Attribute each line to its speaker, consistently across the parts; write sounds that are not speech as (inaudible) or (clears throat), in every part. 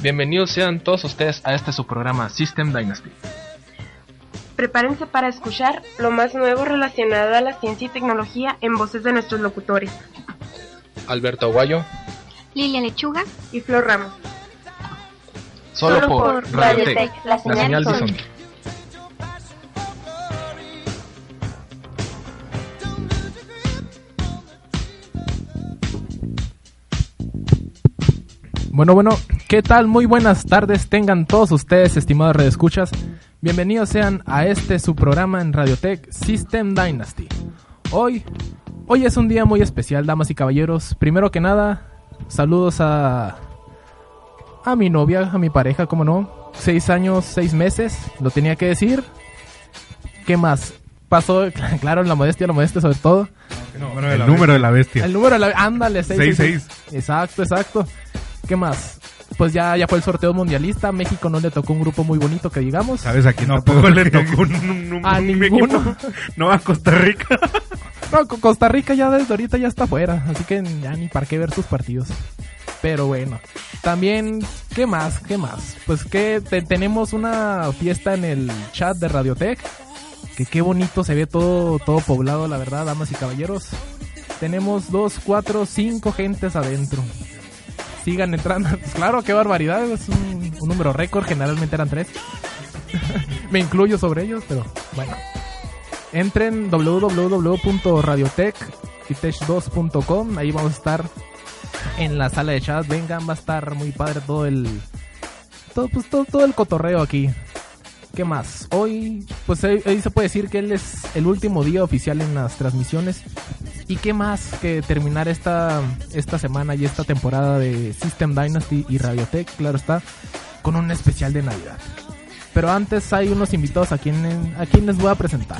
Speaker 1: Bienvenidos sean todos ustedes a este su programa System Dynasty.
Speaker 2: Prepárense para escuchar lo más nuevo relacionado a la ciencia y tecnología en voces de nuestros locutores.
Speaker 1: Alberto Aguayo,
Speaker 3: Lilia Lechuga
Speaker 2: y Flor Ramos.
Speaker 1: Solo, Solo por, por Radio Tech, Tech, la señal, la señal de sonido.
Speaker 4: Bueno, bueno, ¿Qué tal? Muy buenas tardes tengan todos ustedes, estimados redescuchas. Bienvenidos sean a este su programa en Radiotech System Dynasty. Hoy, hoy es un día muy especial, damas y caballeros. Primero que nada, saludos a a mi novia, a mi pareja, como no, seis años, seis meses, lo tenía que decir. ¿Qué más? Pasó, (laughs) claro, la modestia, la modestia sobre todo.
Speaker 5: No, el, el de número, bestia. de la bestia.
Speaker 4: El número de la ándale,
Speaker 5: 666.
Speaker 4: Exacto, exacto. ¿Qué más? pues ya, ya fue el sorteo mundialista. México no le tocó un grupo muy bonito que digamos.
Speaker 5: ¿Sabes a quién
Speaker 4: no,
Speaker 5: (laughs) tampoco le tocó un, un, un,
Speaker 4: a
Speaker 5: un
Speaker 4: ninguno.
Speaker 5: Equipo. (laughs) No a Costa Rica.
Speaker 4: No, Costa Rica ya desde ahorita ya está fuera, así que ya ni para qué ver sus partidos. Pero bueno, también, ¿qué más? ¿Qué más? Pues que te, tenemos una fiesta en el chat de Radiotech. Que qué bonito se ve todo, todo poblado, la verdad, damas y caballeros. Tenemos dos, cuatro, cinco gentes adentro sigan entrando. (laughs) Pues claro, qué barbaridad. Es un, un número récord. Generalmente eran tres. (laughs) Me incluyo sobre ellos, pero bueno. Entren www.radiotech2.com. Ahí vamos a estar en la sala de chat. Vengan, va a estar muy padre todo el todo, pues, todo, todo el cotorreo aquí. ¿Qué más? Hoy, pues hoy, hoy se puede decir que él es el último día oficial en las transmisiones. ¿Y qué más que terminar esta, esta semana y esta temporada de System Dynasty y Radiotech, claro está, con un especial de Navidad? Pero antes hay unos invitados a quien, a quien les voy a presentar.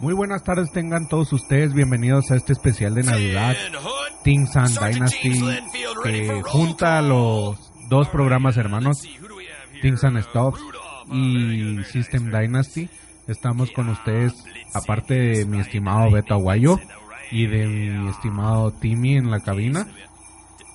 Speaker 5: Muy buenas tardes tengan todos ustedes, bienvenidos a este especial de Navidad Team Sun Dynasty que junta los dos programas hermanos Team Sun Stop y System Dynasty. Estamos con ustedes aparte de mi estimado Beto Aguayo y de mi estimado Timmy en la cabina.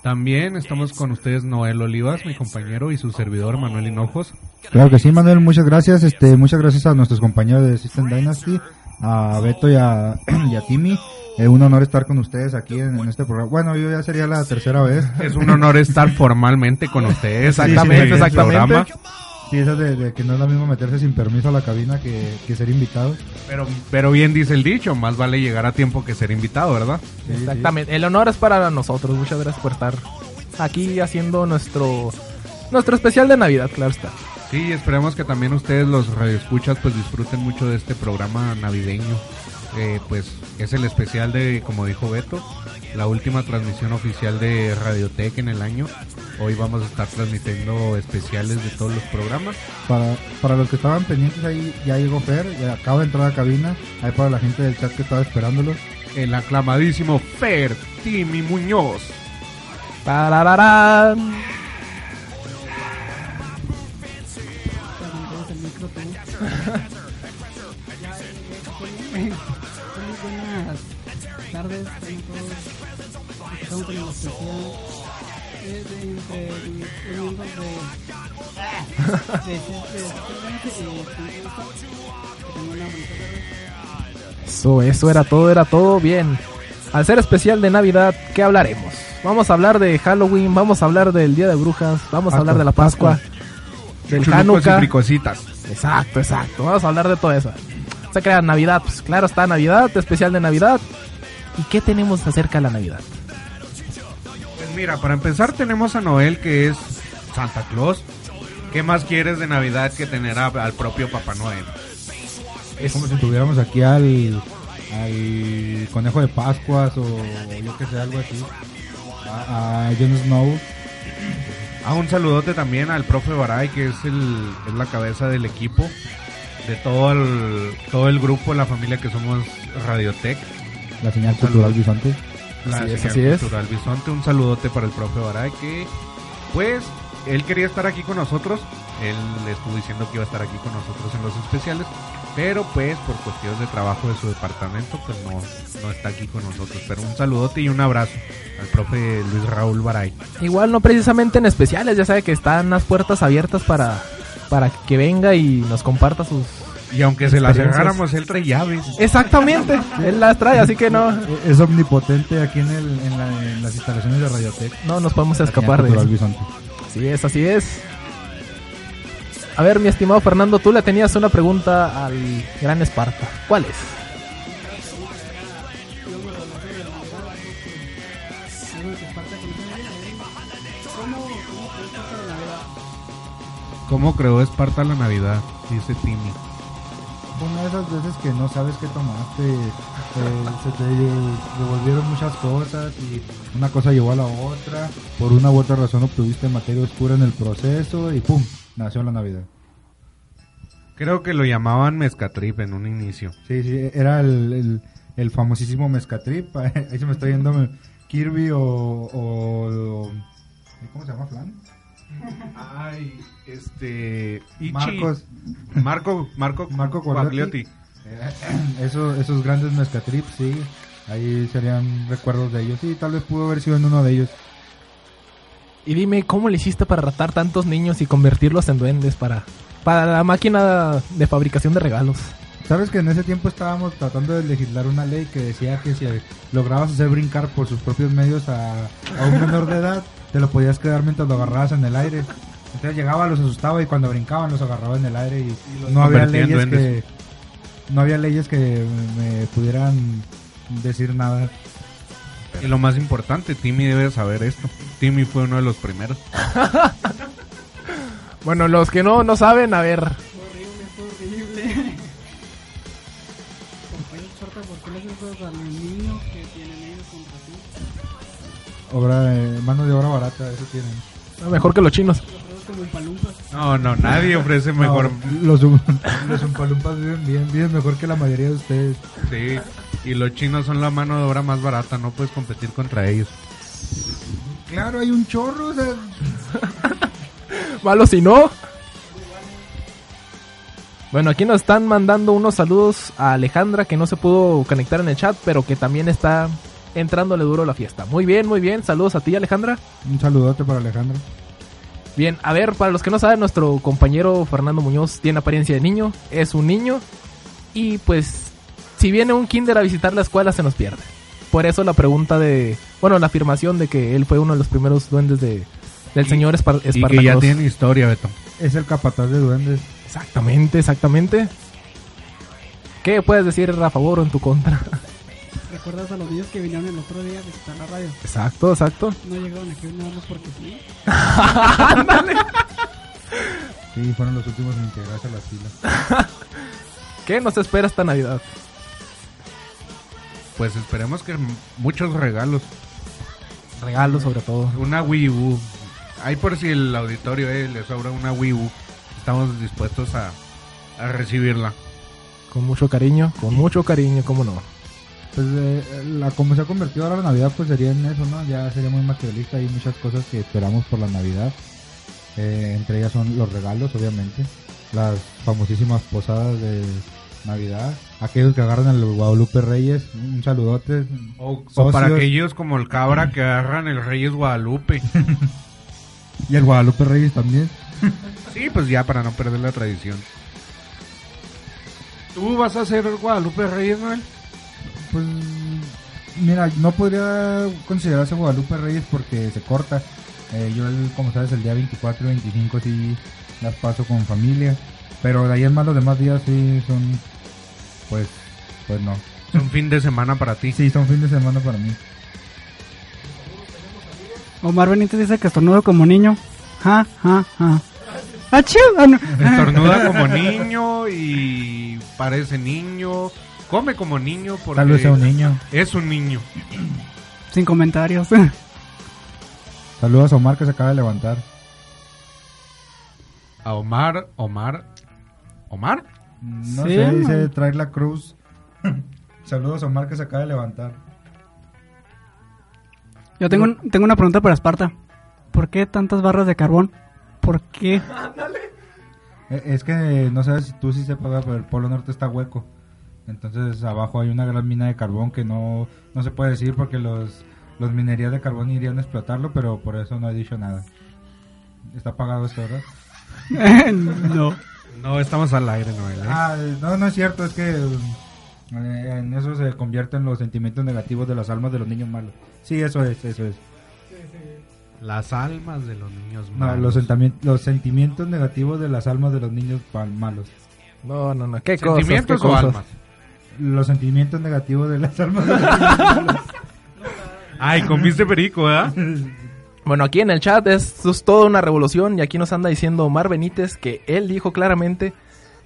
Speaker 5: También estamos con ustedes Noel Olivas, mi compañero, y su servidor Manuel Hinojos.
Speaker 3: Claro que sí, Manuel, muchas gracias. Este, muchas gracias a nuestros compañeros de System Dynasty a Beto y a, (clears throat) y a Timmy. Es eh, un honor estar con ustedes aquí en, en, este programa. Bueno, yo ya sería la tercera vez.
Speaker 5: Es un honor estar
Speaker 4: (laughs)
Speaker 5: formalmente con ustedes. este
Speaker 4: Exactamente, sí, exactamente.
Speaker 3: Sí, eso de, de, que no es lo mismo meterse sin permiso a la cabina que, que, ser invitado.
Speaker 5: Pero, pero bien dice el dicho, más vale llegar a tiempo que ser invitado, ¿verdad?
Speaker 4: Sí, exactamente. Sí. El honor es para nosotros. Muchas gracias por estar aquí haciendo nuestro, nuestro especial de Navidad, claro está.
Speaker 5: Sí, esperemos que también ustedes los radioescuchas pues disfruten mucho de este programa navideño. Eh, pues es el especial de, como dijo Beto, la última transmisión oficial de Radiotech en el año. Hoy vamos a estar transmitiendo especiales de todos los programas.
Speaker 3: Para, para los que estaban pendientes ahí, ya llegó Fer, ya acaba de entrar a la cabina. Ahí para la gente del chat que estaba esperándolo.
Speaker 5: El aclamadísimo Fer Timmy Muñoz.
Speaker 4: Tarararán.
Speaker 6: buenas tardes todos. en el especial entre eh, miembros de.
Speaker 4: Eso, eso era todo, era todo bien. Al ser especial de Navidad, ¿qué hablaremos? Vamos a hablar de Halloween, vamos a hablar del Día de Brujas, vamos a hablar de la Pascua, del Hanukkah. Exacto, exacto. Vamos a hablar de todo eso. Se crea Navidad, pues claro, está Navidad, especial de Navidad. ¿Y qué tenemos acerca de la Navidad?
Speaker 5: Pues mira, para empezar tenemos a Noel que es Santa Claus. ¿Qué más quieres de Navidad que tener a, al propio Papá Noel?
Speaker 3: Es como si tuviéramos aquí al, al conejo de Pascuas o, o yo que sé, algo así. A, a Jon Snow.
Speaker 5: Ah, un saludote también al profe Baray, que es, el, es la cabeza del equipo, de todo el, todo el grupo, la familia que somos Radiotech.
Speaker 3: La señal cultural bisonte.
Speaker 5: La así señal es, así cultural es. bisonte. Un saludote para el profe Baray, que pues él quería estar aquí con nosotros. Él estuvo diciendo que iba a estar aquí con nosotros en los especiales, pero pues por cuestiones de trabajo de su departamento, pues no, no está aquí con nosotros. Pero un saludote y un abrazo al profe Luis Raúl Baray.
Speaker 4: Igual no precisamente en especiales, ya sabe que están las puertas abiertas para, para que venga y nos comparta sus...
Speaker 5: Y aunque se las cerráramos, él trae llaves.
Speaker 4: Exactamente, él las trae, así que no...
Speaker 3: Es omnipotente aquí en, el, en, la, en las instalaciones de Radiotech.
Speaker 4: No nos podemos escapar de eso. Así es, así es. A ver, mi estimado Fernando, tú le tenías una pregunta al gran Esparta. ¿Cuál es?
Speaker 5: ¿Cómo creó Esparta la Navidad? Dice Timmy.
Speaker 3: Una de esas veces que no sabes qué tomaste, eh, se te devolvieron muchas cosas y una cosa llevó a la otra, por una u otra razón obtuviste materia oscura en el proceso y ¡pum! Nació la Navidad.
Speaker 5: Creo que lo llamaban mezcatrip en un inicio.
Speaker 3: Sí, sí, era el, el, el famosísimo mezcatrip, (laughs) ahí se me está yendo Kirby o, o, o ¿Cómo se llama Flan?
Speaker 5: Ay, este. Ichi.
Speaker 3: Marcos.
Speaker 5: Marco, Marco,
Speaker 3: (laughs) Marco Quagliotti. Eh, (clears throat) esos, esos grandes mezcatrips, sí. Ahí serían recuerdos de ellos. Sí, tal vez pudo haber sido en uno de ellos.
Speaker 4: Y dime, ¿cómo le hiciste para ratar tantos niños y convertirlos en duendes para, para la máquina de fabricación de regalos?
Speaker 3: Sabes que en ese tiempo estábamos tratando de legislar una ley que decía que si lograbas hacer brincar por sus propios medios a, a un menor de edad, te lo podías quedar mientras lo agarrabas en el aire. Entonces llegaba, los asustaba y cuando brincaban los agarraba en el aire y, y no había leyes duendes. que no había leyes que me pudieran decir nada.
Speaker 5: Y lo más importante, Timmy debe saber esto. Timmy fue uno de los primeros.
Speaker 4: bueno, los que no no saben, a ver.
Speaker 6: Horrible, horrible. ¿por qué les juego a los niños que tienen ellos contra ti?
Speaker 3: obra de, mano de obra barata, eso tienen.
Speaker 4: No, mejor que los chinos.
Speaker 5: No, no, nadie ofrece mejor.
Speaker 3: (laughs) No, los, um- (laughs) los umpalumpas viven bien, viven mejor que la mayoría de ustedes.
Speaker 5: Sí, y los chinos son la mano de obra más barata, no puedes competir contra ellos.
Speaker 3: Claro, hay un chorro, o sea...
Speaker 4: Malo si no. Bueno, aquí nos están mandando unos saludos a Alejandra que no se pudo conectar en el chat, pero que también está entrándole duro la fiesta. Muy bien, muy bien. Saludos a ti, Alejandra.
Speaker 3: Un saludote para Alejandra.
Speaker 4: Bien, a ver, para los que no saben, nuestro compañero Fernando Muñoz tiene apariencia de niño, es un niño y pues si viene un kinder a visitar la escuela se nos pierde. Por eso la pregunta de, bueno, la afirmación de que él fue uno de los primeros duendes de, del
Speaker 5: Y-
Speaker 4: señor Espar
Speaker 5: Y
Speaker 4: Espartacus.
Speaker 5: que ya tienen historia, Beto.
Speaker 3: Es el capataz de duendes.
Speaker 4: Exactamente, exactamente. ¿Qué puedes decir a favor o en tu contra?
Speaker 6: ¿Recuerdas a los niños que vinieron el otro día a visitar la radio?
Speaker 4: Exacto, exacto.
Speaker 6: No llegaron aquí nada más porque sí.
Speaker 3: Sí, fueron los últimos en integrarse a la fila.
Speaker 4: ¿Qué nos espera esta Navidad?
Speaker 5: Pues esperemos que m- muchos regalos.
Speaker 4: Regalos sobre todo.
Speaker 5: Una Wii U. Ahí por si el auditorio eh, le sobra una Wii U. Estamos dispuestos a, a recibirla.
Speaker 4: Con mucho cariño, con mucho cariño, cómo no.
Speaker 3: Pues eh, la, como se ha convertido ahora la Navidad, pues sería en eso, ¿no? Ya sería muy materialista. Hay muchas cosas que esperamos por la Navidad. Eh, entre ellas son los regalos, obviamente. Las famosísimas posadas de Navidad. Aquellos que agarran al Guadalupe Reyes. Un saludote.
Speaker 5: O, o
Speaker 3: Socios.
Speaker 5: para aquellos como el cabra que agarran el Reyes
Speaker 3: (laughs)
Speaker 5: Guadalupe.
Speaker 3: Y el Guadalupe Reyes también.
Speaker 5: Sí, pues ya para no perder la tradición. ¿Tú vas a ser Guadalupe Reyes, Noel?
Speaker 3: Pues mira, no podría considerarse Guadalupe Reyes porque se corta. Eh, yo, el- como sabes, el día 24 y 25 sí las paso con familia. Pero de ahí en más los demás días sí son, pues, pues no.
Speaker 5: Es un fin de semana para ti.
Speaker 3: Sí, son fin de semana para mí.
Speaker 6: Omar Benítez dice que estornudo como niño. Ja, ja, ja. ¡Achú! Ah, no.
Speaker 3: (laughs)
Speaker 5: Estornuda como niño y parece niño. Come como niño porque
Speaker 3: Tal vez sea un niño.
Speaker 5: es un niño.
Speaker 6: Sin comentarios. (laughs)
Speaker 3: Saludos a Omar que se acaba de levantar.
Speaker 5: A Omar, Omar, Omar.
Speaker 3: No
Speaker 6: Sí,
Speaker 3: sé,
Speaker 6: man.
Speaker 3: dice traer la cruz. (clears throat) Saludos a Omar que se acaba de levantar.
Speaker 6: Yo tengo, un- tengo una pregunta para Esparta. ¿Por qué tantas barras de carbón? ¿Por qué?
Speaker 3: Eh, Es que no sabes si tú sí sepas, ¿verdad? pero el Polo Norte está hueco. Entonces abajo hay una gran mina de carbón que no, no se puede decir porque los, los minerías de carbón irían a explotarlo, pero por eso no he dicho nada. Está apagado esto, ¿verdad?
Speaker 6: no.
Speaker 5: No estamos al aire, Noel. ¿eh?
Speaker 3: Ah, eh, no, no es cierto, es que mm, eh, en eso se convierten los sentimientos negativos de las almas de los niños malos. Sí, eso es, eso es.
Speaker 5: Las almas de los niños
Speaker 3: No,
Speaker 5: malos.
Speaker 3: los, sentami- los sentimientos negativos de las almas de los niños pal- malos.
Speaker 4: No, no, no, qué cosas.
Speaker 5: sentimientos
Speaker 4: qué
Speaker 5: o
Speaker 4: cosas.
Speaker 5: almas.
Speaker 3: Los sentimientos negativos de las almas de los niños malos. (laughs)
Speaker 5: Ay, comiste perico, ¿verdad?
Speaker 4: Bueno, aquí en el chat es, esto es toda una revolución y aquí nos anda diciendo Omar Benítez que él dijo claramente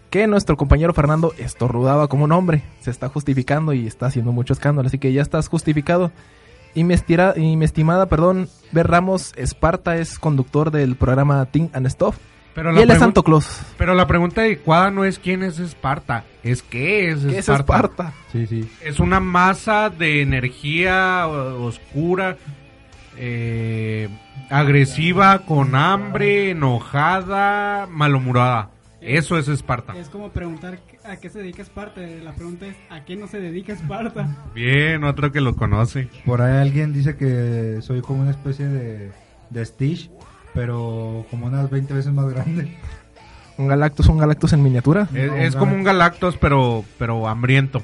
Speaker 4: que nuestro compañero Fernando estornudaba como un hombre. Se está justificando y está haciendo mucho escándalo, así que ya estás justificado. Y mi, estira- y mi estimada, perdón, Ver Ramos Esparta es conductor del programa Think and Stuff.
Speaker 5: Pero
Speaker 4: y él es
Speaker 5: pregun-
Speaker 4: Santo Claus.
Speaker 5: Pero la pregunta adecuada no es quién es Esparta, es qué es
Speaker 4: ¿Qué
Speaker 5: Esparta.
Speaker 4: es Esparta?
Speaker 3: Sí, sí.
Speaker 5: Es una masa de energía o- oscura, eh, agresiva, con hambre, enojada, malhumorada. Eso es Esparta.
Speaker 6: (laughs) Es como preguntar a qué se dedica Esparta. La pregunta es a qué no se dedica Esparta.
Speaker 5: Bien, otro que lo conoce.
Speaker 3: Por ahí alguien dice que soy como una especie de, de Stitch, pero como unas 20 veces más grande.
Speaker 4: Un Galactus, un Galactus en miniatura.
Speaker 5: Es,
Speaker 3: No,
Speaker 5: es
Speaker 3: no.
Speaker 5: como un Galactus, pero, pero hambriento.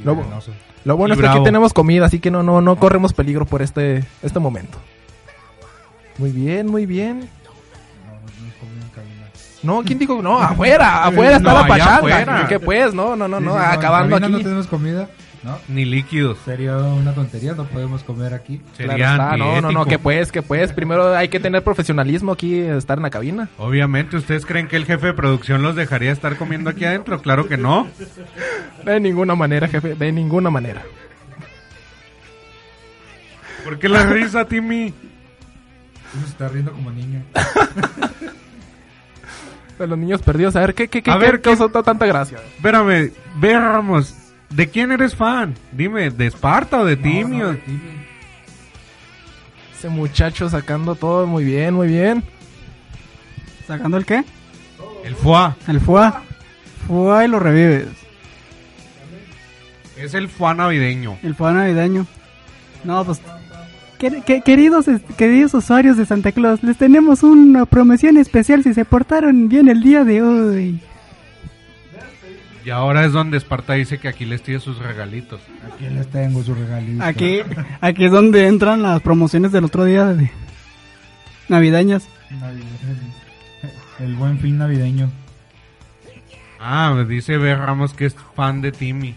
Speaker 3: Y
Speaker 4: Lobo.
Speaker 3: venenoso.
Speaker 4: Lo bueno
Speaker 5: Y
Speaker 4: es que aquí
Speaker 5: bravo.
Speaker 4: tenemos comida, así que no, no, no corremos peligro por este, este momento. Muy bien, muy bien.
Speaker 3: No, no, no es como en cabina.
Speaker 4: No, ¿quién dijo? No, (laughs) afuera, afuera está
Speaker 5: No,
Speaker 4: la
Speaker 5: allá
Speaker 4: pachanga.
Speaker 5: afuera.
Speaker 4: ¿Qué pues? No, no, no,
Speaker 3: Sí,
Speaker 4: no,
Speaker 3: sí,
Speaker 4: acabando
Speaker 3: en cabina
Speaker 4: aquí.
Speaker 3: no tenemos comida, ¿no?
Speaker 5: Ni líquidos.
Speaker 3: Sería una tontería, no podemos comer aquí.
Speaker 4: Claro
Speaker 5: Sería
Speaker 4: está, no, no, no,
Speaker 5: antiético.
Speaker 4: que pues, que pues. Primero hay que tener profesionalismo aquí, estar en la cabina.
Speaker 5: Obviamente, ¿ustedes creen que el jefe de producción los dejaría estar comiendo aquí adentro? Claro que no.
Speaker 4: De ninguna manera, jefe, de ninguna manera.
Speaker 5: ¿Por qué la risa, Timmy?
Speaker 3: Uno se está riendo como niño.
Speaker 4: De los niños perdidos, a ver, ¿qué, qué, qué,
Speaker 5: A
Speaker 4: qué
Speaker 5: ver, ¿qué-
Speaker 4: causó ta- tanta gracia?
Speaker 5: Espérame, ve Ramos, ¿de quién eres fan? Dime, ¿de Esparta o de Timmy?
Speaker 3: No,
Speaker 5: o-
Speaker 3: no, Timmy.
Speaker 4: Ese muchacho sacando todo muy bien, muy bien.
Speaker 6: ¿Sacando el qué?
Speaker 5: El Fua.
Speaker 6: El FUA. FUA y lo revives.
Speaker 5: Es el Fua navideño.
Speaker 6: El FUA navideño. No, pues. quer- que- Queridos, es- queridos usuarios de Santa Claus, les tenemos una promoción especial si se portaron bien el día de hoy.
Speaker 5: Y ahora es donde Esparta dice que aquí les tiene sus regalitos.
Speaker 3: Aquí les tengo su regalito.
Speaker 6: Aquí, aquí es donde entran las promociones del otro día de navideñas.
Speaker 3: (laughs) Navideño. El buen fin navideño.
Speaker 5: Ah, me dice Ve Ramos que es fan de Timmy.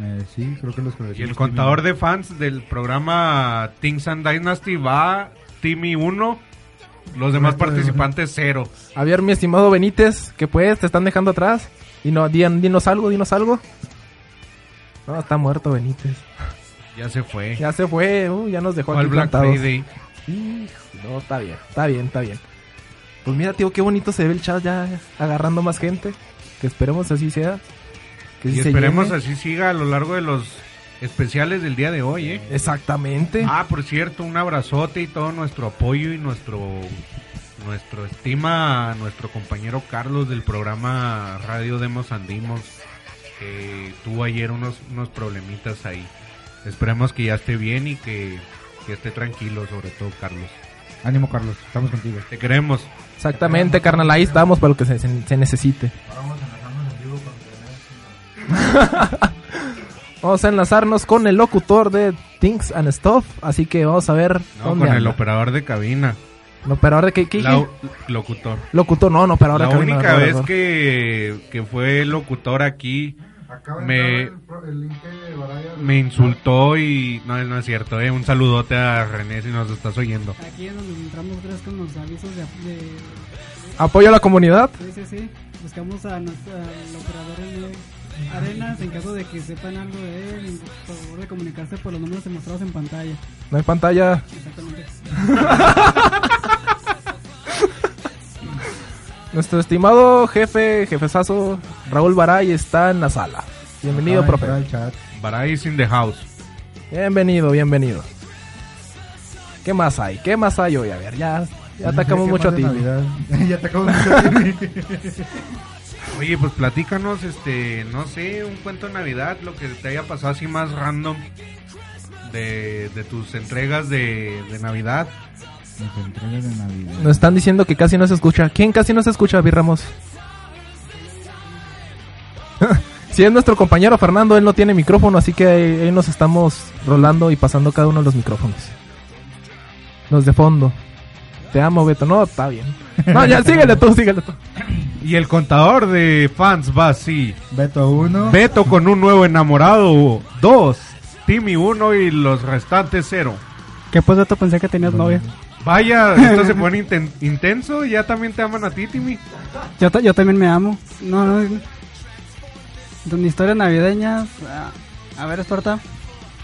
Speaker 3: Eh, sí, creo que los
Speaker 5: Y el contador
Speaker 3: Timmy.
Speaker 5: de fans del programa Things and Dynasty va Timmy 1, los demás participantes 0.
Speaker 4: A ver, mi estimado Benítez, ¿qué pues? ¿Te están dejando atrás? Y no, di- dinos algo, dinos algo. No, está muerto Benítez.
Speaker 5: Ya se fue.
Speaker 4: Ya se fue, uh, ya nos dejó
Speaker 5: Fue al
Speaker 4: aquí
Speaker 5: Black
Speaker 4: plantados.
Speaker 5: Friday.
Speaker 4: Hijo, No, está bien, está bien, está bien. Pues mira, tío, qué bonito se ve el chat ya agarrando más gente. Que esperemos así sea. Que
Speaker 5: Y
Speaker 4: sí se
Speaker 5: esperemos
Speaker 4: llene.
Speaker 5: así siga a lo largo de los especiales del día de hoy, ¿eh?
Speaker 4: Exactamente.
Speaker 5: Ah, por cierto, un abrazote y todo nuestro apoyo y nuestro nuestro estima a nuestro compañero Carlos del programa Radio Demos Andimos que tuvo ayer unos unos problemitas ahí. Esperemos que ya esté bien y que, que esté tranquilo, sobre todo Carlos.
Speaker 3: Ánimo, Carlos, estamos contigo.
Speaker 5: Te queremos.
Speaker 4: Exactamente, carnal. Ahí estamos para lo que se, se- se necesite. (laughs) Vamos a enlazarnos con el locutor de Things and Stuff. Así que vamos a ver.
Speaker 5: No,
Speaker 4: dónde
Speaker 5: con el
Speaker 4: anda.
Speaker 5: operador de cabina.
Speaker 4: No, pero ahora que. que-
Speaker 5: La- locutor.
Speaker 4: Locutor, no, no, pero ahora
Speaker 5: la
Speaker 4: que viene
Speaker 5: única
Speaker 4: el
Speaker 5: vez
Speaker 4: operador.
Speaker 5: que, que fue locutor aquí
Speaker 3: Acaba
Speaker 5: de Me- entrar el
Speaker 3: link de Baraya.
Speaker 5: me insultó y no, no es cierto, ¿eh? un saludote a René si nos estás oyendo.
Speaker 6: Aquí es donde entramos nosotros con los avisos de... de
Speaker 4: Apoyo a la comunidad.
Speaker 6: sí, sí, sí. Buscamos a nuestra- al operador de Arenas en caso de que sepan algo de él. y Por favor de comunicarse por los números demostrados en pantalla.
Speaker 4: No hay pantalla.
Speaker 6: Exactamente.
Speaker 4: Nuestro estimado jefe, jefezazo, Raúl Baray está en la sala. Bienvenido, profe.
Speaker 3: chat.
Speaker 5: Barais in the house.
Speaker 4: Bienvenido, bienvenido. ¿Qué más hay? ¿Qué más hay hoy? A ver, ya, ya atacamos
Speaker 3: ¿Qué
Speaker 4: mucho a
Speaker 3: más de
Speaker 4: ti.
Speaker 3: Navidad? (laughs) ya atacamos mucho a ti.
Speaker 5: Oye, pues platícanos, este, no sé, un cuento de Navidad, lo que te haya pasado así más random de, de tus entregas de, de Navidad.
Speaker 3: Mis entregas de Navidad.
Speaker 4: Nos están diciendo que casi no se escucha. ¿Quién casi no se escucha, Bir Ramos? (laughs) si es nuestro compañero Fernando, él no tiene micrófono, así que ahí, ahí nos estamos rolando y pasando cada uno de los micrófonos. Los de fondo. Te amo, Beto. No, está bien. No, ya, síguele tú, síguele tú.
Speaker 5: Y el contador de fans va así.
Speaker 3: Beto 1.
Speaker 5: Beto con un nuevo enamorado, dos, Timmy uno y los restantes cero.
Speaker 6: Que por cierto pensé que tenías novia.
Speaker 5: Vaya, esto se pone inten- intenso. Ya también te aman a ti, Timmy.
Speaker 6: Yo, ta- yo también me amo. No, no. De mi historia navideña. ah, A ver, Esparta.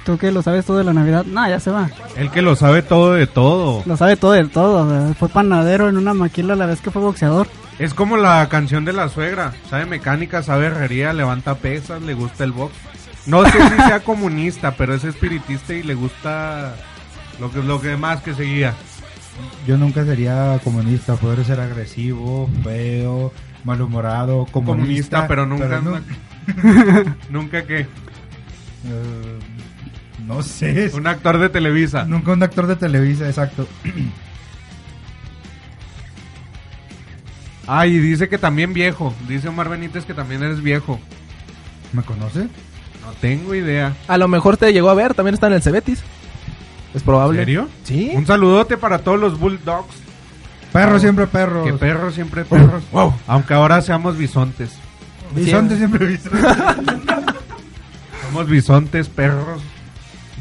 Speaker 6: Tú que lo sabes todo de la Navidad. No, ya se va.
Speaker 5: El que lo sabe todo de todo.
Speaker 6: Lo sabe todo del todo. o sea, Fue panadero en una maquila la vez que fue boxeador.
Speaker 5: Es como la canción de la suegra. Sabe mecánica, sabe herrería, levanta pesas, le gusta el box. No sé si sea comunista, pero es espiritista y le gusta lo que, lo que más que seguía.
Speaker 3: Yo nunca sería comunista, poder ser agresivo, feo, malhumorado,
Speaker 5: Comunista,
Speaker 3: comunista.
Speaker 5: pero nunca.
Speaker 3: no,
Speaker 5: (laughs) Nunca que.
Speaker 3: eh, no sé.
Speaker 5: Un actor de Televisa.
Speaker 3: Nunca un actor de Televisa, exacto.
Speaker 5: Ah, y dice que también viejo. Dice Omar Benítez que también eres viejo.
Speaker 3: ¿Me conoce?
Speaker 5: No tengo idea.
Speaker 4: A lo mejor te llegó a ver, también está en el Cebetis. Es
Speaker 5: ¿En
Speaker 4: probable.
Speaker 5: serio?
Speaker 4: Sí.
Speaker 5: Un saludote para todos los Bulldogs. Oh,
Speaker 3: Perro siempre perro.
Speaker 5: Que perros siempre perros. Aunque ahora seamos bisontes.
Speaker 3: Bisonte siempre bisonte.
Speaker 5: (laughs) Somos bisontes, perros,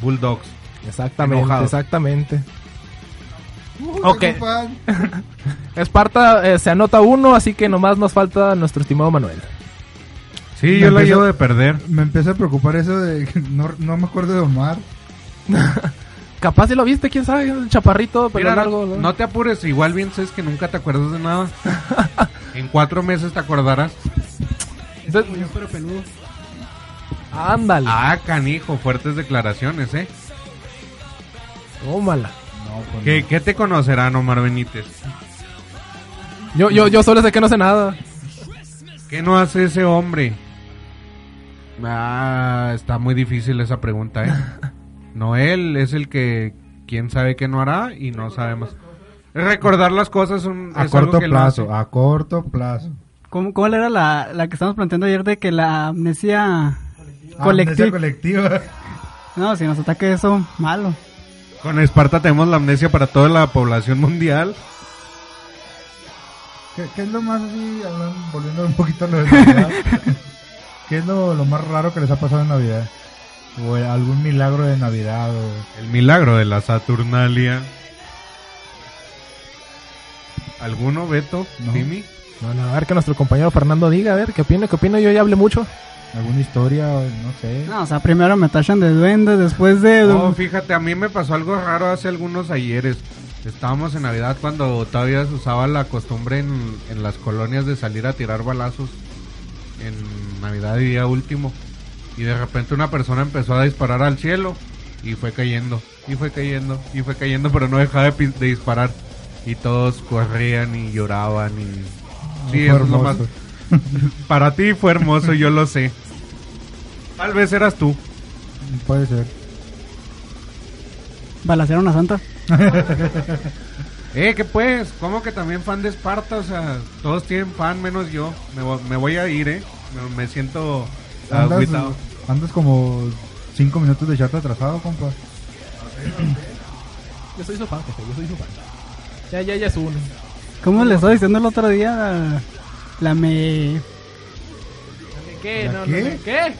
Speaker 5: bulldogs.
Speaker 4: Exactamente,
Speaker 5: Enojado.
Speaker 4: exactamente.
Speaker 3: Uy,
Speaker 4: Ok.
Speaker 3: qué fan.
Speaker 4: Esparta eh, se anota uno, así que nomás nos falta nuestro estimado Manuel.
Speaker 5: Sí,
Speaker 3: Me
Speaker 5: yo la
Speaker 3: empiezo-
Speaker 5: llevo de perder.
Speaker 3: Me empieza a preocupar eso de que no, no me acuerdo de Omar.
Speaker 4: Capaz si lo viste, quién sabe, el chaparrito, pero
Speaker 5: Mira,
Speaker 4: largo.
Speaker 5: no, no te apures, igual bien sabes que nunca te acuerdas de nada. en cuatro meses te acordarás.
Speaker 4: Entonces-
Speaker 3: pues
Speaker 4: Ándale,
Speaker 5: Ah, canijo, fuertes declaraciones, ¿eh?
Speaker 4: tómala.
Speaker 3: No, pues
Speaker 5: ¿Qué, qué te conocerán, Omar Benítez?
Speaker 4: Yo, yo, yo solo sé que no sé nada.
Speaker 5: ¿Qué no hace ese hombre? Ah, está muy difícil esa pregunta, (laughs) ¿eh? Noel es el que quién sabe qué no hará y no sabemos. Recordar las cosas es un,
Speaker 3: no. A
Speaker 5: es algo
Speaker 3: corto
Speaker 5: que él no hace.
Speaker 3: plazo, a corto plazo. Ah,
Speaker 6: ¿Cómo, cómo era la, la que estábamos planteando ayer de que la amnesia
Speaker 3: Ah, Amnesia
Speaker 6: colectiva?
Speaker 3: colectiva.
Speaker 6: No, si nos ataque eso, malo.
Speaker 5: Con Esparta tenemos la amnesia para toda la población mundial.
Speaker 3: ¿Qué, qué es lo más así, hablando- volviendo un poquito a lo
Speaker 5: (laughs)
Speaker 3: de Navidad? ¿Qué es lo, lo más raro que les ha pasado en Navidad? O eh, algún milagro de Navidad. O...
Speaker 5: El milagro de la Saturnalia. ¿Alguno, Beto?
Speaker 3: No.
Speaker 5: Timmy?
Speaker 4: Bueno, a ver que nuestro compañero Fernando diga, a ver, ¿qué opina? ¿Qué opina? Yo ya hablé mucho.
Speaker 3: ¿Alguna historia? o No sé.
Speaker 6: No, o sea, primero me tachan de duende, después de...
Speaker 5: No, fíjate, a mí me pasó algo raro hace algunos ayeres. Estábamos en Navidad cuando todavía se usaba la costumbre en, en las colonias de salir a tirar balazos en Navidad y día último. Y de repente una persona empezó a disparar al cielo y fue cayendo, y fue cayendo, y fue cayendo, pero no dejaba de, pi- de disparar. Y todos corrían y lloraban y... Sí,
Speaker 3: Fue
Speaker 5: eso es lo más... (laughs)
Speaker 3: hermoso.
Speaker 5: Para ti fue hermoso, yo lo sé. Tal vez eras tú.
Speaker 3: Puede ser.
Speaker 6: Balacearon a Santa.
Speaker 5: Eh, que pues, ¿cómo que también fan de Esparta? O sea, todos tienen fan menos yo. Me, vo- me voy a ir, ¿eh? Me, me siento
Speaker 3: Andas,
Speaker 5: Ah, agüitado.
Speaker 3: andas como cinco minutos de chat atrasado, compa.
Speaker 4: Yo soy su fan, jefe, yo soy su fan. Ya, ya, ya es uno.
Speaker 6: ¿Cómo le estaba diciendo el otro día? La, la me...
Speaker 4: ¿Qué?
Speaker 3: ¿La
Speaker 4: No, no,
Speaker 3: qué?
Speaker 4: no, ¿Qué?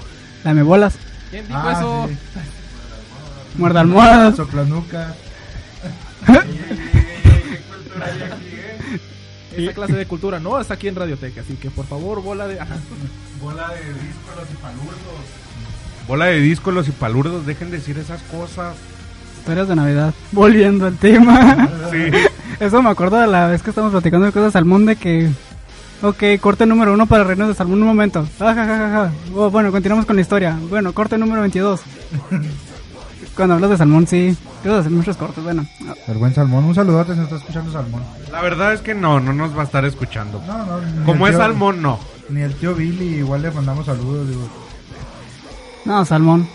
Speaker 6: La me bolas.
Speaker 4: ¿Quién dijo
Speaker 3: Ah,
Speaker 4: eso?
Speaker 3: sí.
Speaker 6: Muerda almohadas.
Speaker 3: Soplanuca.
Speaker 4: Esa clase de cultura no está aquí en Radioteca, así que por favor, bola de.
Speaker 5: Bola de discos y palurdos. Bola de discos y palurdos, dejen de decir esas cosas.
Speaker 6: Historias de Navidad. (laughs) Volviendo al tema.
Speaker 5: Sí.
Speaker 6: Eso me acuerdo de la vez que estábamos platicando de cosas de Salmón de que... Ok, corte número uno para Reinos de Salmón un momento. Ah, ja, ja, ja, ja. Oh, bueno, continuamos con la historia. Bueno, corte número 22. Cuando hablas de Salmón, sí. Quiero hacer muchos cortes, bueno.
Speaker 3: El buen Salmón. Un saludote si nos está escuchando Salmón.
Speaker 5: La verdad es que no, no nos va a estar escuchando.
Speaker 3: No, no. ni
Speaker 5: Como
Speaker 3: el
Speaker 5: es
Speaker 3: tío-
Speaker 5: Salmón, no.
Speaker 3: Ni el tío Billy, igual le mandamos saludos. Digo.
Speaker 6: No, Salmón.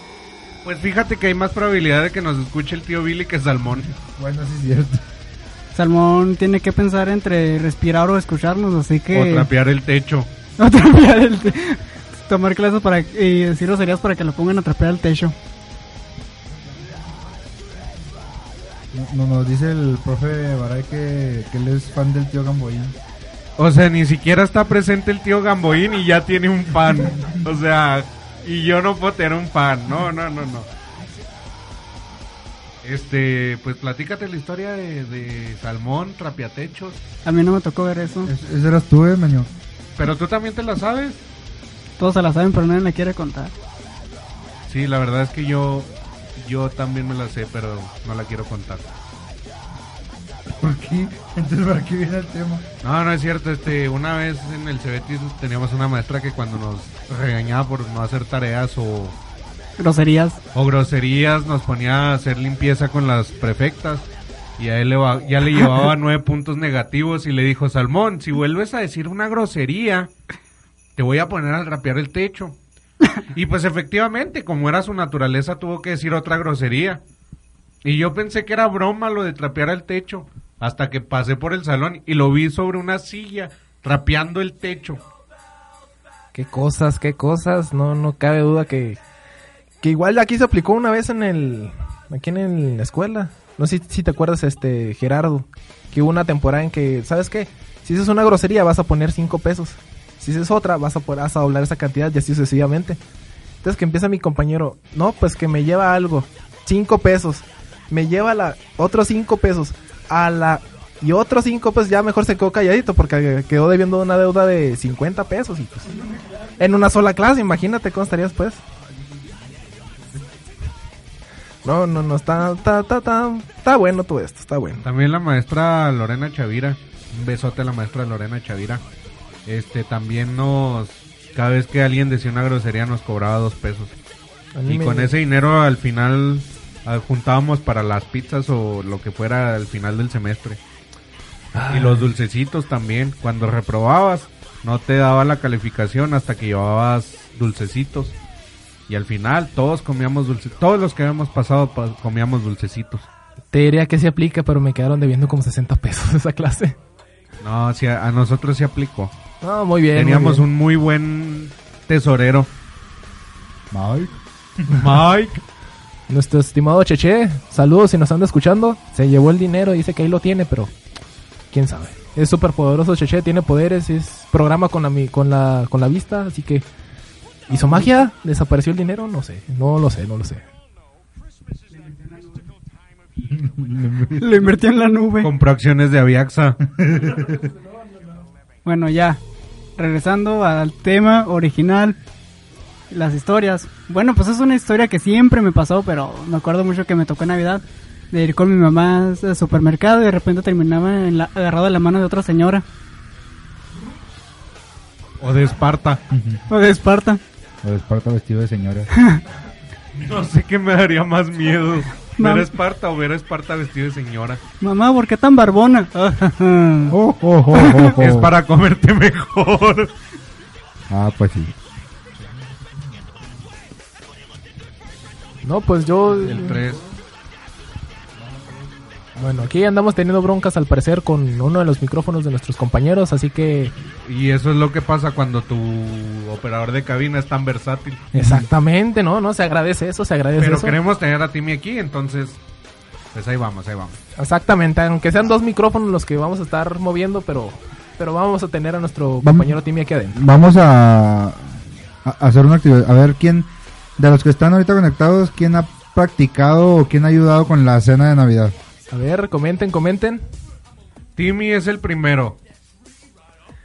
Speaker 5: Pues fíjate que hay más probabilidad de que nos escuche el tío Billy que Salmón.
Speaker 3: Bueno, sí es cierto.
Speaker 6: Salmón tiene que pensar entre respirar o escucharnos, así que... (laughs)
Speaker 5: O trapear el techo.
Speaker 6: O trapear el te- Tomar clases para y decir groserías para que lo pongan a trapear el techo.
Speaker 3: No, nos dice el profe Baray que, que él es fan del tío Gamboín.
Speaker 5: O sea, ni siquiera está presente el tío Gamboín y ya tiene un fan. O sea, y yo no puedo tener un fan. No, no, no, no. Este, pues platícate la historia de, de Salmón, Trapiatechos.
Speaker 6: A mí no me tocó ver eso.
Speaker 3: Es- Ese eras tú, eh, meño.
Speaker 5: Pero tú también te la sabes.
Speaker 6: Todos se la saben, pero nadie la quiere contar.
Speaker 5: Sí, la verdad es que yo yo también me la sé, pero no la quiero contar.
Speaker 3: ¿Por qué? Entonces, ¿para qué viene el tema?
Speaker 5: No, no es cierto. Este, una vez en el Cebetis teníamos una maestra que cuando nos regañaba por no hacer tareas o,
Speaker 6: Groserías.
Speaker 5: o groserías nos ponía a hacer limpieza con las prefectas y a él le va- ya le llevaba nueve puntos negativos y le dijo Salmón, si vuelves a decir una grosería te voy a poner a rapear el techo. Y pues efectivamente, como era su naturaleza, tuvo que decir otra grosería. Y yo pensé que era broma lo de trapear el techo, hasta que pasé por el salón y lo vi sobre una silla trapeando el techo.
Speaker 4: Qué cosas, qué cosas. No, no cabe duda que, que igual aquí se aplicó una vez en el, aquí en el- la escuela. No sé si, si te acuerdas, este, Gerardo, que hubo una temporada en que, ¿sabes qué? Si dices una grosería vas a poner cinco pesos. Si dices otra vas a, poner- vas a doblar esa cantidad y así sucesivamente. Entonces que empieza mi compañero, no, pues que me lleva algo, cinco pesos. Me lleva la, otros cinco pesos. A la, y otros cinco pesos ya mejor se quedó calladito porque quedó debiendo una deuda de 50 pesos y pues... En una sola clase, imagínate cómo estarías pues. No, no, no, está, está, está, está, está bueno todo esto, está bueno.
Speaker 5: También la maestra Lorena Chavira. Un besote a la maestra Lorena Chavira. Este también nos. Cada vez que alguien decía una grosería nos cobraba dos pesos.
Speaker 4: A mí
Speaker 5: Y
Speaker 4: me-
Speaker 5: con ese dinero al final ah, juntábamos para las pizzas o lo que fuera al final del semestre. Y los dulcecitos también. Cuando reprobabas, no te daba la calificación hasta que llevabas dulcecitos. Y al final todos comíamos dulcecitos. Todos los que habíamos pasado pa- comíamos dulcecitos.
Speaker 4: Te diría que se aplica, pero me quedaron debiendo como 60 pesos esa clase.
Speaker 5: No, sí, a a nosotros se aplicó.
Speaker 4: No, muy bien. muy
Speaker 5: Teníamos
Speaker 4: bien.
Speaker 5: un muy buen tesorero.
Speaker 3: Mike.
Speaker 5: Mike.
Speaker 4: Nuestro estimado Cheche, saludos si nos anda escuchando. Se llevó el dinero, dice que ahí lo tiene, pero quién sabe. Es súper poderoso Cheche, tiene poderes, es programa con la, mi- con la, con la vista, así que... ¿Hizo magia? ¿Desapareció el dinero? No sé, no lo sé, no lo sé.
Speaker 6: Lo invirtió en la nube.
Speaker 5: Compró acciones de Aviaxa.
Speaker 6: Bueno, ya. Regresando al tema original. Las historias. Bueno, pues es una historia que siempre me pasó, pero me acuerdo mucho que me tocó en Navidad. De ir con mi mamá al supermercado y de repente terminaba en la, agarrado de la mano de otra señora.
Speaker 5: o de Esparta.
Speaker 6: O de Esparta.
Speaker 3: O de Esparta vestido de señora.
Speaker 5: No sé qué me daría más miedo. Ver
Speaker 6: Mam-
Speaker 5: a Esparta o ver a Esparta vestido de señora.
Speaker 6: Mamá, ¿por qué tan barbona?
Speaker 3: (laughs)
Speaker 6: (laughs)
Speaker 3: Oh, oh, oh, oh, oh.
Speaker 5: Es para comerte mejor.
Speaker 3: Ah, pues sí.
Speaker 4: No, pues yo...
Speaker 5: El 3.
Speaker 4: Bueno, aquí andamos teniendo broncas al parecer con uno de los micrófonos de nuestros compañeros, así que
Speaker 5: Y eso es lo que pasa cuando tu operador de cabina es tan versátil.
Speaker 4: exactamente, no, no se agradece eso, se agradece
Speaker 5: Pero
Speaker 4: eso.
Speaker 5: queremos tener a Timmy aquí, entonces. Pues ahí vamos, ahí vamos.
Speaker 4: Exactamente, aunque sean dos micrófonos los que vamos a estar moviendo, pero pero vamos a tener a nuestro
Speaker 3: Vamos-
Speaker 4: compañero Timmy aquí adentro.
Speaker 3: Vamos a, a hacer una actividad. A ver quién, de los que están ahorita conectados, quién ha practicado o quién ha ayudado con la cena de Navidad.
Speaker 4: A ver, comenten, comenten.
Speaker 5: Timmy es el primero.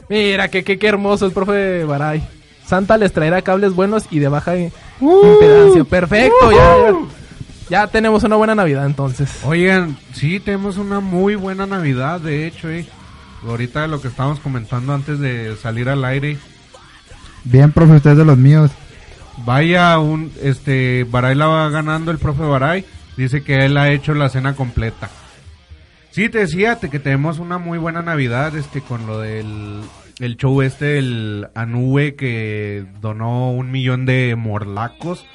Speaker 4: Mira, que qué, qué hermoso el profe Baray. Santa les traerá cables buenos y de baja i- impedancia. Perfecto, ya, ya. Ya tenemos una buena Navidad entonces.
Speaker 5: Oigan, sí, tenemos una muy buena Navidad, de hecho, eh. Ahorita lo que estábamos comentando antes de salir al aire.
Speaker 3: Bien, profe, usted es de los míos.
Speaker 5: Vaya, un, este, Baray la va ganando el profe Baray. Dice que él ha hecho la cena completa. Sí, te decía te- que tenemos una muy buena Navidad, este, con lo del el show este, el Anube, que donó un millón de morlacos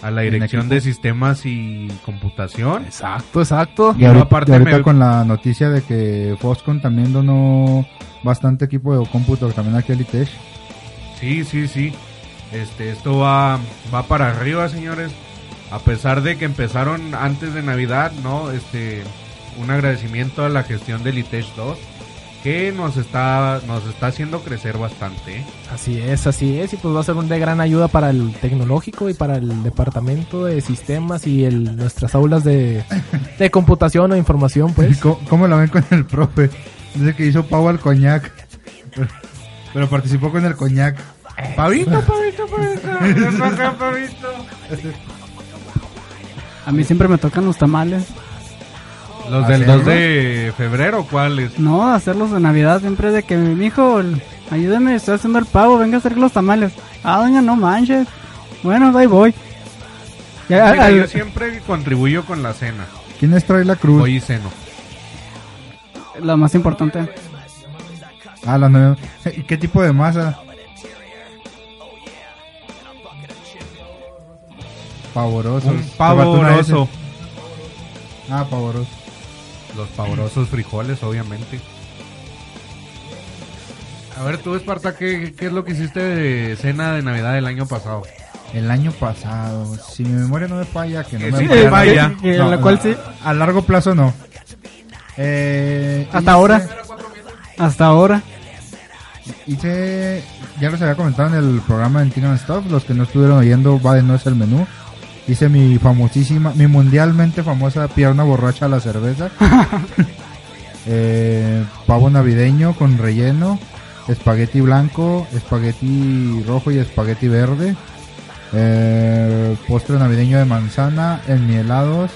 Speaker 5: a la
Speaker 3: En
Speaker 5: Dirección
Speaker 3: equipo.
Speaker 5: de Sistemas y Computación.
Speaker 4: Exacto, exacto.
Speaker 3: Y
Speaker 5: Yo
Speaker 3: ahorita,
Speaker 5: aparte
Speaker 3: y ahorita
Speaker 5: me-
Speaker 3: con la noticia de que Foscon también donó bastante equipo de cómputo, también aquí al E (laughs) ITESH.
Speaker 5: Sí, sí, sí. Este, esto va, va para arriba, señores. A pesar de que empezaron antes de Navidad, ¿no? Este, un agradecimiento a la gestión del ITESH 2. que nos está, nos está haciendo crecer bastante. ¿eh?
Speaker 4: Así es, así es. Y pues va a ser un de gran ayuda para el tecnológico y para el departamento de sistemas y el, nuestras aulas de, de computación o información, pues.
Speaker 3: ¿Cómo, cómo la ven con el profe? Dice que hizo pavo al coñac. Pero, pero participó con el coñac.
Speaker 5: Pavito, pavito, pavito. ven pa' acá, pavito.
Speaker 6: A mí siempre me tocan los tamales.
Speaker 5: Los del 2 de febrero, (laughs) ¿cuáles?
Speaker 6: No, hacerlos de Navidad siempre de que mi hijo, ayúdeme, estoy haciendo el pavo, venga a hacer los tamales. Ah, doña, no manches. Bueno, ahí voy. Ya,
Speaker 5: Mira,
Speaker 6: al-
Speaker 5: Yo siempre contribuyo con la cena.
Speaker 3: ¿Quién es Troy la Cruz?
Speaker 5: Hoy ceno.
Speaker 6: Lo más importante.
Speaker 5: Eh,
Speaker 3: Ah, la nueva. ¿Y qué tipo de masa? Pavorosos.
Speaker 5: Pues Un
Speaker 3: Te faltó
Speaker 5: pavoroso.
Speaker 3: Este una S. Ah, pavoroso.
Speaker 5: Los pavorosos frijoles, obviamente. A ver, tú, Esparta, ¿qué, ¿qué es lo que hiciste de cena de Navidad del año pasado?
Speaker 3: El año pasado, si mi memoria no me falla, que no
Speaker 5: Que
Speaker 3: me
Speaker 5: sí te
Speaker 3: falla.
Speaker 5: falla.
Speaker 6: Que- que Eh, la cual sí.
Speaker 3: A largo plazo no. Eh,
Speaker 6: Hasta
Speaker 3: hice-
Speaker 6: ahora. Hasta ahora.
Speaker 3: Hice, ya los había comentado en el programa en Tina Stuff, los que no estuvieron oyendo, va de no es el menú. Hice mi famosísima, mi mundialmente famosa pierna borracha a la cerveza. Eh, pavo navideño con relleno, espagueti blanco, espagueti rojo y espagueti verde. Eh, postre navideño de manzana, enmielados,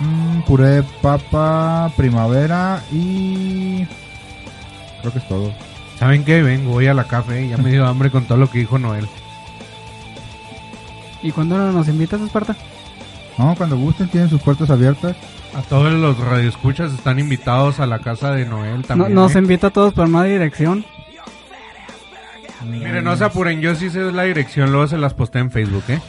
Speaker 3: mm, puré de papa primavera y... Creo que es todo.
Speaker 5: ¿Saben qué? Vengo, voy a la café. Ya me dio hambre con todo lo que dijo Noel.
Speaker 6: ¿Y cuándo nos invitas, Esparta?
Speaker 3: No, cuando gusten tienen sus puertas abiertas.
Speaker 5: A todos los radioescuchas están invitados a la casa de Noel
Speaker 6: No,
Speaker 5: también.
Speaker 6: nos
Speaker 5: ¿eh?
Speaker 6: invita a todos para una dirección.
Speaker 5: Miren, no se apuren, yo sí sé la dirección, luego se las posté en Facebook, ¿eh?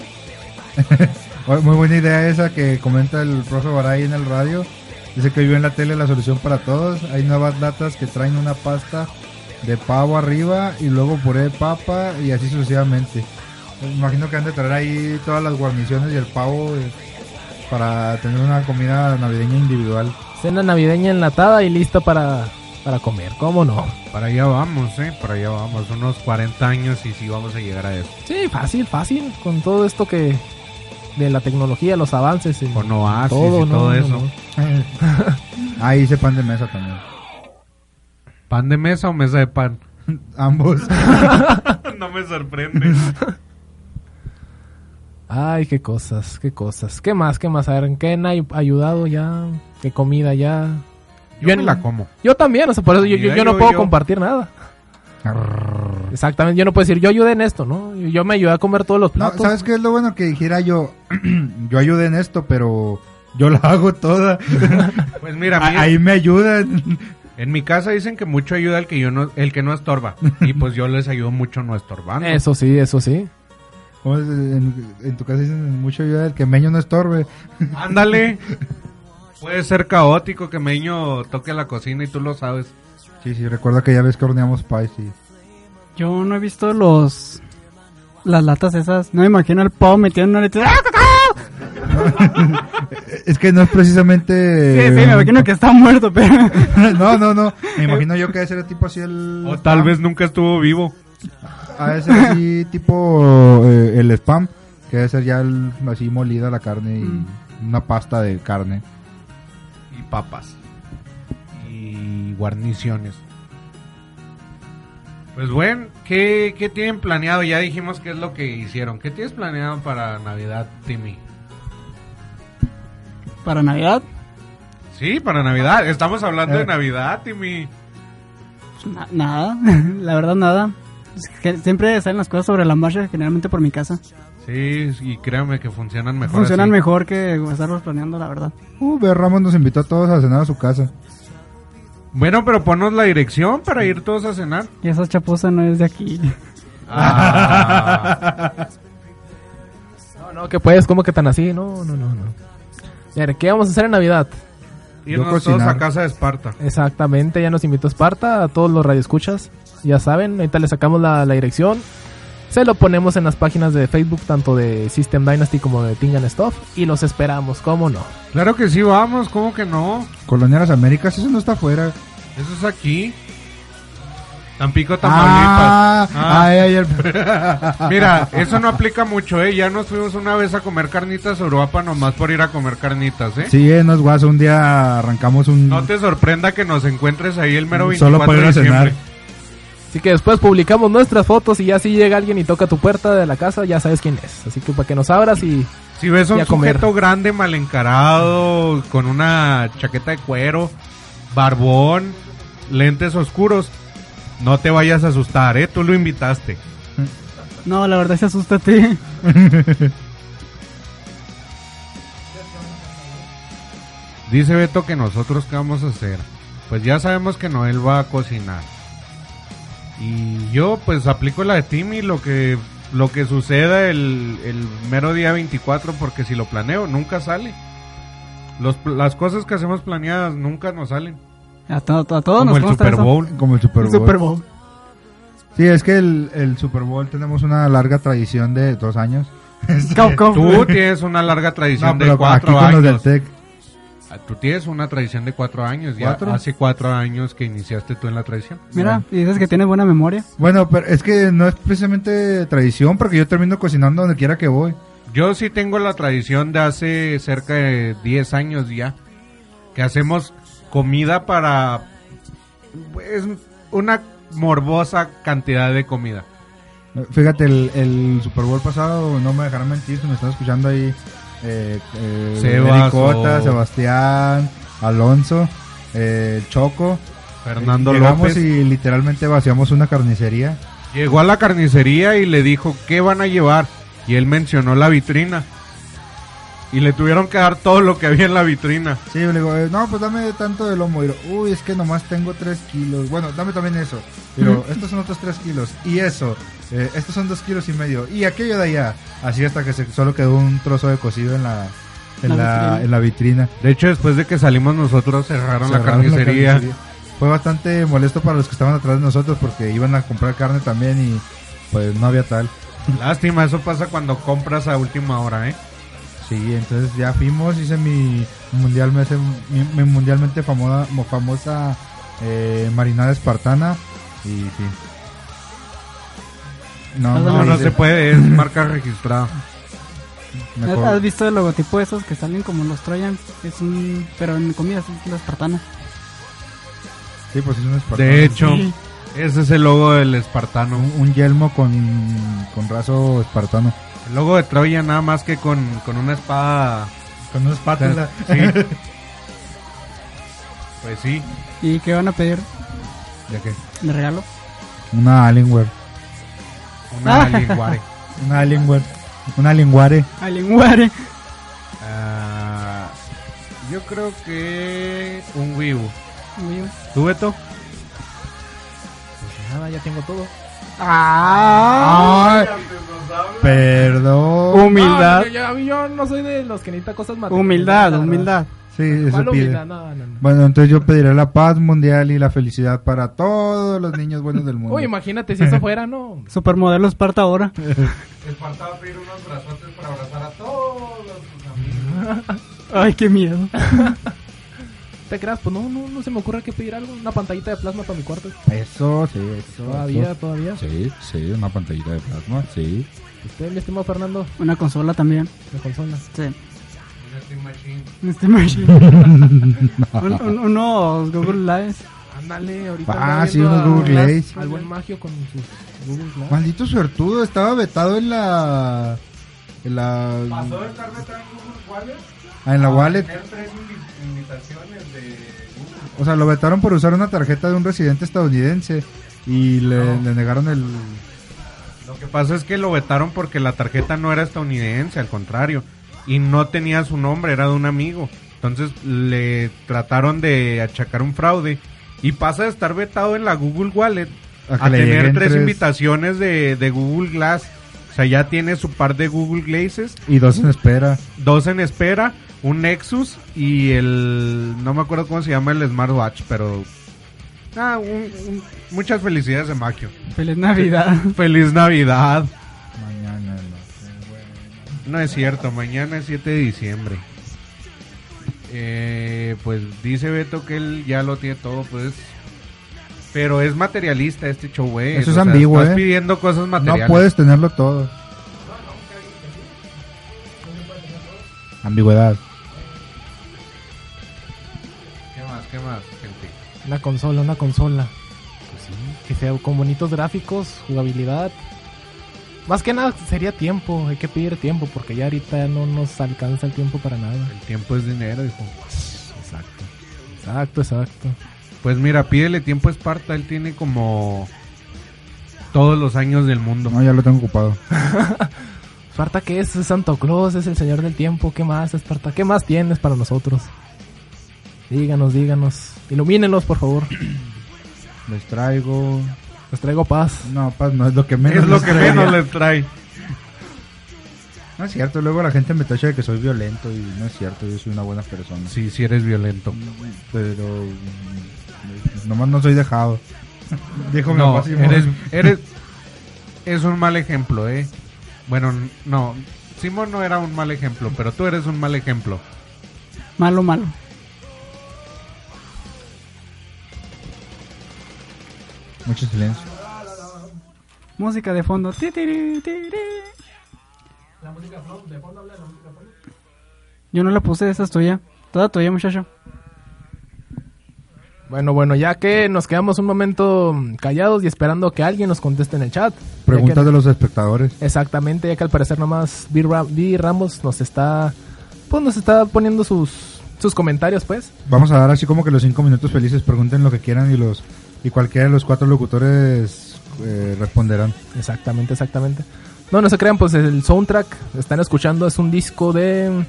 Speaker 3: Oye, Muy buena idea esa que comenta el profe Baray en el radio. Dice que vio en la tele la solución para todos. Hay nuevas latas que traen una pasta de pavo arriba y luego puré de papa y así sucesivamente. Me imagino que han de traer ahí todas las guarniciones y el pavo eh, para tener una comida navideña individual.
Speaker 4: Cena navideña enlatada y lista para, para comer, ¿cómo no?
Speaker 5: Para allá vamos, ¿eh? Para allá vamos, unos 40 años y sí vamos a llegar a eso.
Speaker 4: Sí, fácil, fácil. Con todo esto que. de la tecnología, los avances. en
Speaker 5: Con Oasis y todo
Speaker 4: no, no,
Speaker 5: eso.
Speaker 4: no.
Speaker 3: Ahí hice pan de mesa también.
Speaker 5: ¿Pan de mesa o mesa de pan?
Speaker 3: Ambos.
Speaker 5: (laughs) no me sorprende.
Speaker 4: Ay, qué cosas, qué cosas. ¿Qué más, qué más? A ver, ¿en qué han ay- ayudado ya? ¿Qué comida ya?
Speaker 5: Yo, me
Speaker 4: en-
Speaker 5: la como.
Speaker 4: Yo también, o sea, por eso yo, yo-
Speaker 5: Mira,
Speaker 4: yo no
Speaker 5: yo-
Speaker 4: puedo
Speaker 5: yo.
Speaker 4: compartir nada. Exactamente, yo no puedo decir, yo ayudé en esto, ¿no? Yo- Yo me ayudé a comer todos los
Speaker 3: No,
Speaker 4: platos.
Speaker 3: ¿Sabes qué es lo bueno que dijera yo? (clears throat) yo ayudé en esto, pero yo la hago toda.
Speaker 5: Pues mira,
Speaker 3: A-
Speaker 5: mira,
Speaker 3: Ah, Ahí me ayudan. (laughs)
Speaker 5: en mi casa dicen que mucho ayuda el que yo no, el que no (laughs) estorba. Y pues yo les ayudo mucho no estorbando.
Speaker 4: Eso sí, eso sí.
Speaker 3: ¿Cómo es? En, en tu casa dicen mucho ayuda el que meño no estorbe.
Speaker 5: Ándale. Puede ser caótico que Meño toque la cocina y tú lo sabes.
Speaker 3: Sí, sí, recuerda que ya ves que horneamos pais y... eh,
Speaker 6: Yo no he visto los. Las latas esas. No me imagino el pavo metido en una letra. ¡Ah, cacao!
Speaker 3: Es que no
Speaker 6: (laughs)
Speaker 3: es
Speaker 6: Sí,
Speaker 3: precisamente...
Speaker 6: sí,
Speaker 5: Eh.
Speaker 6: me imagino que está muerto, pero.
Speaker 3: (laughs)
Speaker 6: (laughs)
Speaker 3: no, no, no. Me imagino yo que debe ser tipo así el...
Speaker 5: O tal vez nunca estuvo vivo.
Speaker 3: A veces así tipo eh, el spam, que debe ser ya el- así molida la carne y una pasta de carne.
Speaker 5: Y papas. Y guarniciones. Pues bueno, ¿qué, qué tienen planeado? Ya dijimos qué es lo que hicieron. ¿Qué tienes planeado para Navidad, Timmy?
Speaker 6: Para Navidad,
Speaker 5: Sí, para Navidad. Estamos hablando de
Speaker 3: Eh.
Speaker 5: Navidad, Timmy.
Speaker 6: pues, na- nada. La verdad, nada. Es que Siempre salen las cosas sobre la marcha, generalmente por mi casa.
Speaker 5: Sí, y créanme que funcionan mejor.
Speaker 6: Funcionan
Speaker 5: así.
Speaker 6: mejor que estarlos planeando, la verdad.
Speaker 3: Uh, Bea Ramos nos invitó a todos a cenar a su casa.
Speaker 5: Bueno, pero ponnos la dirección para ir todos a cenar.
Speaker 6: Y esa chaposa no es de aquí.
Speaker 4: No, no, que puedes, ¿cómo que tan así? No, no, no, no. A ver, ¿qué vamos a hacer en Navidad?
Speaker 5: Irnos
Speaker 3: cocinar.
Speaker 5: todos a casa de Esparta.
Speaker 4: Exactamente, ya nos invitó Esparta, a todos los radioescuchas, ya saben, ahorita le sacamos la, la dirección, se lo ponemos en las páginas de Facebook, tanto de System Dynasty como de Tingan Stuff, y los esperamos, ¿cómo no?
Speaker 5: Claro que sí, vamos, ¿cómo que no?
Speaker 3: Colonia Las Américas, eso no está afuera.
Speaker 5: Eso es aquí. Tampico, Tamaulipas.
Speaker 3: Ah,
Speaker 5: Ah.
Speaker 3: ay, ayer.
Speaker 5: Mira, eso no aplica mucho, ¿eh? Ya nos fuimos una vez a comer carnitas a Europa nomás por ir a comer carnitas, ¿eh?
Speaker 3: Sí, eh, no es guaso. Un día arrancamos un.
Speaker 5: No te sorprenda que nos encuentres ahí el mero 24
Speaker 3: Solo para ir
Speaker 5: de
Speaker 3: a cenar.
Speaker 5: diciembre.
Speaker 4: Así que después publicamos nuestras fotos y ya si llega alguien y toca tu puerta de la casa, ya sabes quién es. Así que para que nos abras y
Speaker 5: Si ves a
Speaker 4: Y
Speaker 5: un
Speaker 4: a comer.
Speaker 5: sujeto grande, mal encarado, con una chaqueta de cuero, barbón, lentes oscuros, no te vayas a asustar, ¿eh? Tú lo invitaste.
Speaker 6: No, la verdad se asústate.
Speaker 5: Dice Beto que nosotros qué vamos a hacer. Pues ya sabemos que Noel va a cocinar. Y yo pues aplico la de Timmy, lo que, lo que suceda el, el mero día 24, porque si lo planeo, nunca sale. Los pl- las cosas que hacemos planeadas nunca nos salen.
Speaker 6: A, to- a todos
Speaker 5: Como
Speaker 6: nos
Speaker 5: el
Speaker 6: consta
Speaker 5: Super
Speaker 6: eso.
Speaker 5: Bowl.
Speaker 3: Como el Super
Speaker 6: El
Speaker 3: Bowl.
Speaker 6: Super Bowl.
Speaker 3: Sí, es que el, el Super Bowl tenemos una larga tradición de dos años.
Speaker 6: Capcom.
Speaker 5: Tú tienes una larga tradición
Speaker 3: No,
Speaker 5: de
Speaker 3: pero aquí
Speaker 5: cuatro
Speaker 3: con los del
Speaker 5: años. Ah,
Speaker 3: Tec.
Speaker 5: Tú tienes una tradición de cuatro años. Ya
Speaker 3: ¿Cuatro?
Speaker 5: hace cuatro años que iniciaste tú en la tradición.
Speaker 6: Mira, y dices que tienes buena memoria.
Speaker 3: Bueno, pero es que no es precisamente tradición porque yo termino cocinando donde quiera que voy.
Speaker 5: Yo sí tengo la tradición de hace cerca de 10 años ya, que hacemos comida para... Es una morbosa cantidad de comida.
Speaker 3: Fíjate, el, el Super Bowl pasado, no me dejarán mentir, si me están escuchando ahí, eh, eh,
Speaker 5: Sebas
Speaker 3: Eric Cota,
Speaker 5: o-
Speaker 3: Sebastián, Alonso, eh, Choco.
Speaker 5: Fernando
Speaker 3: Llegamos
Speaker 5: López
Speaker 3: y literalmente vaciamos una carnicería.
Speaker 5: llegó a la carnicería y le dijo, ¿qué van a llevar? Y él mencionó la vitrina. Y le tuvieron que dar todo lo que había en la vitrina.
Speaker 3: Sí, yo le digo, eh, no, pues dame tanto de lomo. Y yo, uy, es que nomás tengo 3 kilos. Bueno, dame también eso. Pero estos son otros 3 kilos. Y eso, eh, estos son 2 kilos y medio. Y aquello de allá. Así hasta que se- solo quedó un trozo de cocido en la, en
Speaker 6: La
Speaker 3: la,
Speaker 6: vitrina.
Speaker 3: en la vitrina.
Speaker 5: De hecho, después de que salimos nosotros cerraron, la
Speaker 3: Cerraron
Speaker 5: carnicería.
Speaker 3: Fue bastante molesto para los que estaban atrás de nosotros porque iban a comprar carne también y pues no había tal.
Speaker 5: Lástima, eso pasa cuando compras a última hora, ¿eh?
Speaker 3: Sí, entonces ya fuimos, hice mi, mundialmente, mi, mi mundialmente famosa, mo- famosa eh, marinada espartana y sí. No,
Speaker 6: Pásame
Speaker 5: No, no
Speaker 3: hice-
Speaker 5: se puede, es marca registrada.
Speaker 3: me
Speaker 6: ¿Has,
Speaker 3: acuerdo.
Speaker 6: has visto el logotipo de esos que salen como los Troyan? Es un... Pero en comida, es la espartana.
Speaker 3: Sí, pues es un espartano.
Speaker 5: De hecho, ese es el logo del espartano.
Speaker 3: Un, un yelmo con, con raso espartano.
Speaker 5: El logo de Troya nada más que con, con una espada.
Speaker 3: Con una espátula.
Speaker 5: Sí. (laughs) Pues sí.
Speaker 6: ¿Y qué van a pedir
Speaker 5: ¿Ya qué?
Speaker 6: de regalo?
Speaker 3: Una Alienware.
Speaker 5: Una lenguare.
Speaker 3: Una Alienware. Una Alienware.
Speaker 6: Alienware.
Speaker 5: Ah, yo creo que un vivo.
Speaker 6: Muy bien.
Speaker 5: ¿Tú, Beto?
Speaker 4: pues nada, ya tengo todo.
Speaker 3: Ay,
Speaker 5: Uh.
Speaker 3: perdón.
Speaker 6: Humildad.
Speaker 4: No, yo, Ah, yo no soy de los que necesita cosas materiales.
Speaker 6: Humildad,
Speaker 4: la verdad.
Speaker 6: humildad.
Speaker 3: Sí, eso
Speaker 4: ¿Cuál
Speaker 3: pide.
Speaker 4: humildad? No, no, no.
Speaker 3: Bueno, entonces yo pediré la paz mundial y la felicidad para todos los niños buenos del mundo.
Speaker 4: Uy, imagínate
Speaker 6: (laughs)
Speaker 4: si eso fuera, no.
Speaker 6: Supermodelo Esparta ahora.
Speaker 5: Esparta pedir unos brazotes para abrazar a todos tus amigos.
Speaker 6: Ay, qué miedo.
Speaker 4: Te creas, pues no, no, no se me ocurre que pedir algo. Una pantallita de plasma para mi cuarto.
Speaker 3: Eso, sí, eso.
Speaker 4: Todavía,
Speaker 3: eso.
Speaker 4: todavía.
Speaker 3: Sí, sí, una pantallita de plasma, sí.
Speaker 4: Usted, mi estimado Fernando,
Speaker 6: Una consola también.
Speaker 4: me consola.
Speaker 6: Sí.
Speaker 5: Steam Machine.
Speaker 6: Este machine. Un- un- unos Google Lives.
Speaker 4: Ándale, ahorita.
Speaker 3: Ah,
Speaker 4: ando
Speaker 3: sí,
Speaker 4: viendo
Speaker 3: unos
Speaker 4: a-
Speaker 3: Google Glaze.
Speaker 4: Al buen magio con sus Google Glass.
Speaker 3: Maldito suertudo, estaba vetado en la. En la.
Speaker 5: Pasó de estar detrás de Google Wallet
Speaker 3: ah, en la wallet.
Speaker 5: tener tres invi- invitaciones de Google.
Speaker 3: O sea, lo vetaron por usar una tarjeta de un residente estadounidense. Y le, le negaron el.
Speaker 5: Lo que pasa es que lo vetaron porque la tarjeta no era estadounidense, al contrario. Y no tenía su nombre, era de un amigo. Entonces le trataron de achacar un fraude. Y pasa de estar vetado en la Google Wallet
Speaker 3: A que
Speaker 5: a
Speaker 3: le
Speaker 5: tener
Speaker 3: lleguen
Speaker 5: tres
Speaker 3: tres.
Speaker 5: invitaciones de, de Google Glass. O sea, ya tiene su par de Google Glazes,
Speaker 3: Y dos en espera.
Speaker 5: dos en espera, un Nexus y el... No me acuerdo cómo se llama el smartwatch, pero... Ah, un- un- muchas felicidades de
Speaker 3: (laughs)
Speaker 5: Maquio.
Speaker 6: Feliz Navidad.
Speaker 5: Feliz Navidad.
Speaker 3: Mañana, no sé, bueno.
Speaker 5: No es cierto, mañana es 7 de diciembre. Eh, pues dice Beto que él ya lo tiene todo, pues Pero es materialista este show, güey.
Speaker 3: Eso es ambiguo,
Speaker 5: Estás
Speaker 3: eh.
Speaker 5: pidiendo cosas
Speaker 3: No
Speaker 5: materiales.
Speaker 3: puedes tenerlo todo. Ambigüedad.
Speaker 5: ¿Qué más? ¿Qué más, gente?
Speaker 4: Una consola, una consola. Que sea con bonitos gráficos, jugabilidad. Más que nada sería tiempo, hay que pedir tiempo porque ya ahorita no nos alcanza el tiempo para nada.
Speaker 5: El tiempo es dinero, dijo.
Speaker 4: Exacto. Exacto, exacto.
Speaker 5: Pues mira, pídele tiempo a Esparta. Él tiene como todos los años del mundo.
Speaker 3: No, ya lo tengo ocupado.
Speaker 4: Esparta, ¿qué es? Es Santo Claus, es el Señor del Tiempo. ¿Qué más, Esparta? ¿Qué más tienes para nosotros? Díganos, díganos. Ilumínenos, por favor.
Speaker 3: Les traigo.
Speaker 4: Les traigo paz.
Speaker 3: No, paz, no es lo que menos.
Speaker 5: Es lo
Speaker 3: les
Speaker 5: que
Speaker 3: traía.
Speaker 5: menos le trae.
Speaker 3: No es cierto, luego la gente me tacha de que soy violento y no es cierto, yo soy una buena persona.
Speaker 5: Sí, si eres violento.
Speaker 3: Pero. mm, Nomás no soy dejado. (laughs) Dijo mi
Speaker 5: No,
Speaker 3: papá Simón. (laughs)
Speaker 5: eres, eres. Es un mal ejemplo, ¿eh? Bueno, n- no. Simón no era un mal ejemplo, pero tú eres un mal ejemplo.
Speaker 6: Malo, malo.
Speaker 3: Mucho silencio.
Speaker 6: Música de fondo. Ti, ti, ri, ti, ri. Yo no la puse, esa es tuya. Toda tuya, muchacho.
Speaker 4: Bueno, bueno, ya que nos quedamos un momento mm, callados y esperando que alguien nos conteste en el chat. ya
Speaker 3: Preguntas
Speaker 4: que-
Speaker 3: de los espectadores.
Speaker 4: Exactamente, ya que al parecer nomás B. Ra- B. Ramos nos está pues nos está poniendo sus sus comentarios, pues.
Speaker 3: Vamos a dar así como que los cinco minutos felices, pregunten lo que quieran y los y cualquiera de los cuatro locutores eh, responderán.
Speaker 4: Exactamente, exactamente. No, no se crean, pues el soundtrack están escuchando es un disco de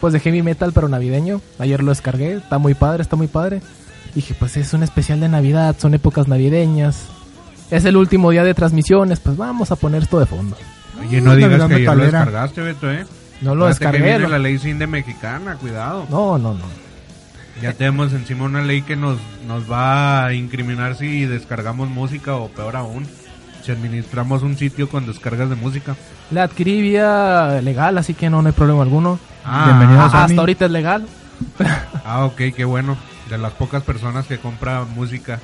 Speaker 4: pues de heavy metal pero navideño. Ayer lo descargué, está muy padre, está muy padre. Dije, pues es un especial de Navidad, son épocas navideñas. Es el último día de transmisiones, pues vamos a poner esto de fondo.
Speaker 5: Oye,
Speaker 4: Mm,
Speaker 3: Ah,
Speaker 5: no digas
Speaker 3: Navidad
Speaker 5: que ya lo
Speaker 3: metalera.
Speaker 5: descargaste, Beto, ¿eh?
Speaker 4: No lo
Speaker 5: Acuérdate que
Speaker 4: descargué.
Speaker 5: viene
Speaker 4: lo-
Speaker 5: la ley sin de mexicana, cuidado.
Speaker 4: No, no, no.
Speaker 5: Ya tenemos encima una ley que nos, nos va a incriminar si descargamos música o peor aún, si administramos un sitio con descargas de música.
Speaker 4: La adquirí vía legal, así que no, no hay problema alguno.
Speaker 5: Ah,
Speaker 3: Bienvenidos
Speaker 4: Ah,
Speaker 3: a mí.
Speaker 4: hasta ahorita es legal.
Speaker 5: Ah, ok, qué bueno. De las pocas personas que compra música.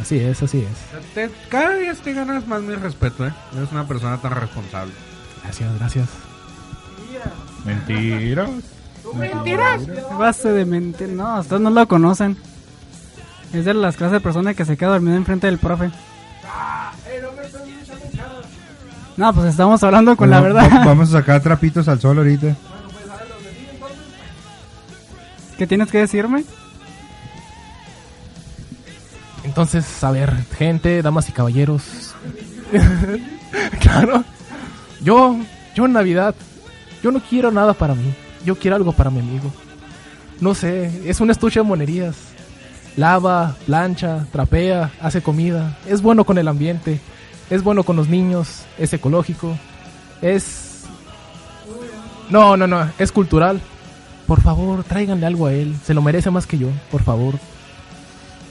Speaker 4: Así es, así es.
Speaker 5: Te- cada día te ganas más mi respeto, ¿eh? Eres una persona tan responsable.
Speaker 4: Gracias, gracias.
Speaker 3: Mentiras.
Speaker 6: Base de mentir. No, ustedes no lo conocen. Es de las clases de personas que se queda dormida enfrente del profe. No, pues estamos hablando con la verdad.
Speaker 3: Vamos a sacar trapitos al sol ahorita.
Speaker 6: (laughs) ¿Qué tienes que decirme?
Speaker 4: Entonces, a ver, gente, damas y caballeros. claro. Yo, yo en Navidad, yo no quiero nada para mí. Yo quiero algo para mi amigo. No sé, es un estuche de monerías. Lava, plancha, trapea, hace comida. Es bueno con el ambiente. Es bueno con los niños. Es ecológico. Es... No, no, no, es cultural. Por favor, tráiganle algo a él. Se lo merece más que yo, por favor.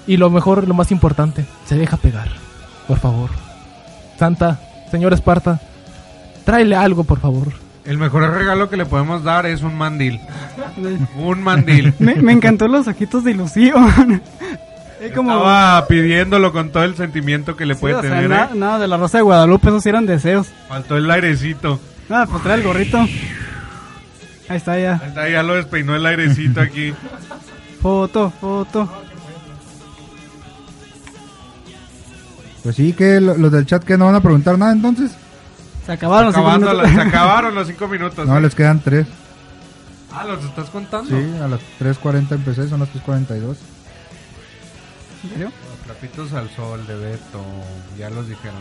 Speaker 4: Y lo mejor, lo más importante, se deja pegar. Por favor. Santa, señor Esparta, tráele algo, por favor.
Speaker 5: El mejor regalo que le podemos dar es un mandil. Un mandil.
Speaker 6: (laughs) Me, me encantó los ojitos de ilusión. (laughs) Es como.
Speaker 5: Estaba pidiéndolo con todo el sentimiento que le
Speaker 6: sí,
Speaker 5: puede
Speaker 6: o sea,
Speaker 5: tener.
Speaker 6: na-
Speaker 5: ¿eh?
Speaker 6: nada de la Rosa de Guadalupe, esos sí eran deseos.
Speaker 5: Faltó el airecito.
Speaker 6: Nada, pues trae el gorrito. Ahí está ya.
Speaker 5: Ahí está, ya lo despeinó el
Speaker 6: (laughs)
Speaker 5: airecito aquí.
Speaker 6: Foto, foto.
Speaker 3: Pues sí, que lo- los del chat que no van a preguntar nada entonces.
Speaker 6: Se acabaron Ah, los cinco
Speaker 5: Acabando la-
Speaker 6: minutos. (laughs)
Speaker 5: se acabaron los cinco minutos.
Speaker 3: No, les quedan tres.
Speaker 5: Ah, ¿los estás contando?
Speaker 3: Sí, a las 3.40 empecé, son las 3.42.
Speaker 6: ¿En serio?
Speaker 5: Los trapitos al sol de Beto. Ya los dijeron.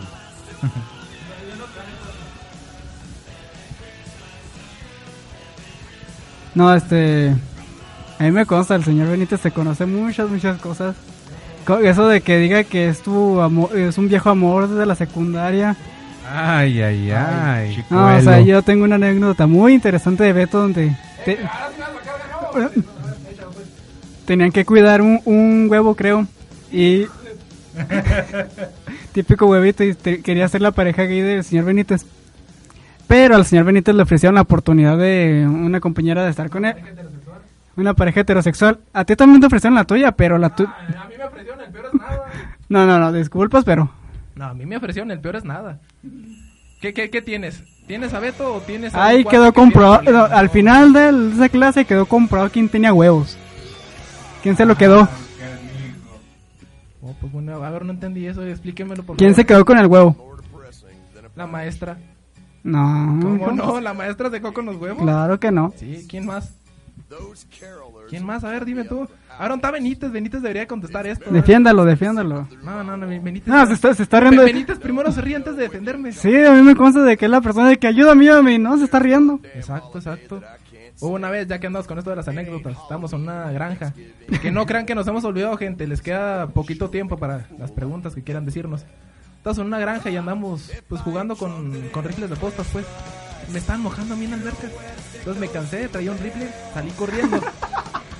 Speaker 6: No, este. A mí me consta, el señor Benítez se conoce muchas, muchas cosas. Co- Eso de que diga que es tu amor, es un viejo amor desde la secundaria.
Speaker 5: Ay, ay, ay.
Speaker 6: No, o sea,
Speaker 5: (laughs)
Speaker 6: yo tengo una anécdota muy interesante de Beto donde... te- Tenían que cuidar un, un huevo, creo. Y... (laughs) Típico huevito y te- quería ser la pareja gay del señor Benítez. Pero al señor Benítez le ofrecieron la oportunidad de una compañera de estar con él. Una pareja heterosexual. A ti también te ofrecieron la tuya, pero la tuya... (laughs) No, no, no, disculpas, pero.
Speaker 4: No, a mí me ofrecieron el peor es nada. ¿Qué, qué, qué tienes? ¿Tienes a Beto o tienes a
Speaker 6: Ahí
Speaker 4: un cuate
Speaker 6: quedó
Speaker 4: que
Speaker 6: comprobado.
Speaker 4: tiene problemas?
Speaker 6: al
Speaker 4: No.
Speaker 6: final de el- esa clase quedó comprobado quién tenía huevos. ¿Quién se lo quedó?
Speaker 4: Oh, pues bueno, a ver, no entendí eso, explíquemelo por
Speaker 6: ¿Quién se
Speaker 4: favor.
Speaker 6: quedó con el huevo?
Speaker 4: La maestra.
Speaker 6: No.
Speaker 4: ¿Cómo no? ¿La maestra se quedó con los huevos?
Speaker 6: Claro que no.
Speaker 4: Sí, ¿quién más? ¿Quién más? A ver, dime tú. Aaron, está Benítez. Benítez debería contestar esto.
Speaker 6: Defiéndalo, defiéndalo.
Speaker 4: No, no, no, Benítez.
Speaker 6: No, se está, se está riendo.
Speaker 4: Be-
Speaker 6: de-
Speaker 4: Benítez primero se ríe antes de defenderme.
Speaker 6: Sí, a mí me consta de que es la persona de que ayuda a mí, a mí, no, se está riendo.
Speaker 4: Exacto, exacto. Hubo una vez, ya que andamos con esto de las anécdotas, estamos en una granja. Que no crean que nos hemos olvidado, gente. Les queda poquito tiempo para las preguntas que quieran decirnos. Estamos en una granja y andamos pues jugando con, con rifles de postas, pues. Me estaban mojando a mí en la alberca. Entonces me cansé, traía un rifle, salí corriendo.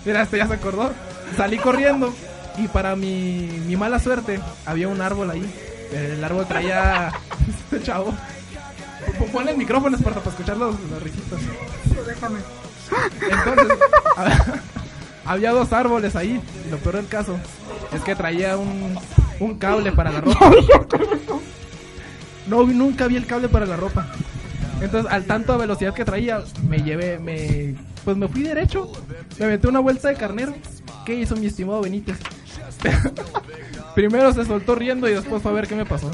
Speaker 4: Mira, este ya se acordó. Salí corriendo y para mi, mi mala suerte había un árbol ahí. El árbol traía... (laughs) Este chavo. Pon- Ponle el micrófono Esparta, para escuchar los, los risitos. Entonces, (laughs) hab- había dos árboles ahí. Y lo peor del caso es que traía un, un cable para la ropa. No, vi- nunca vi el cable para la ropa. Entonces, al tanto de velocidad que traía, me llevé, me. Pues me fui derecho. Me metí una vuelta de carnero. ¿Qué hizo mi estimado Benítez? (laughs) primero se soltó riendo y después fue a ver qué me pasó.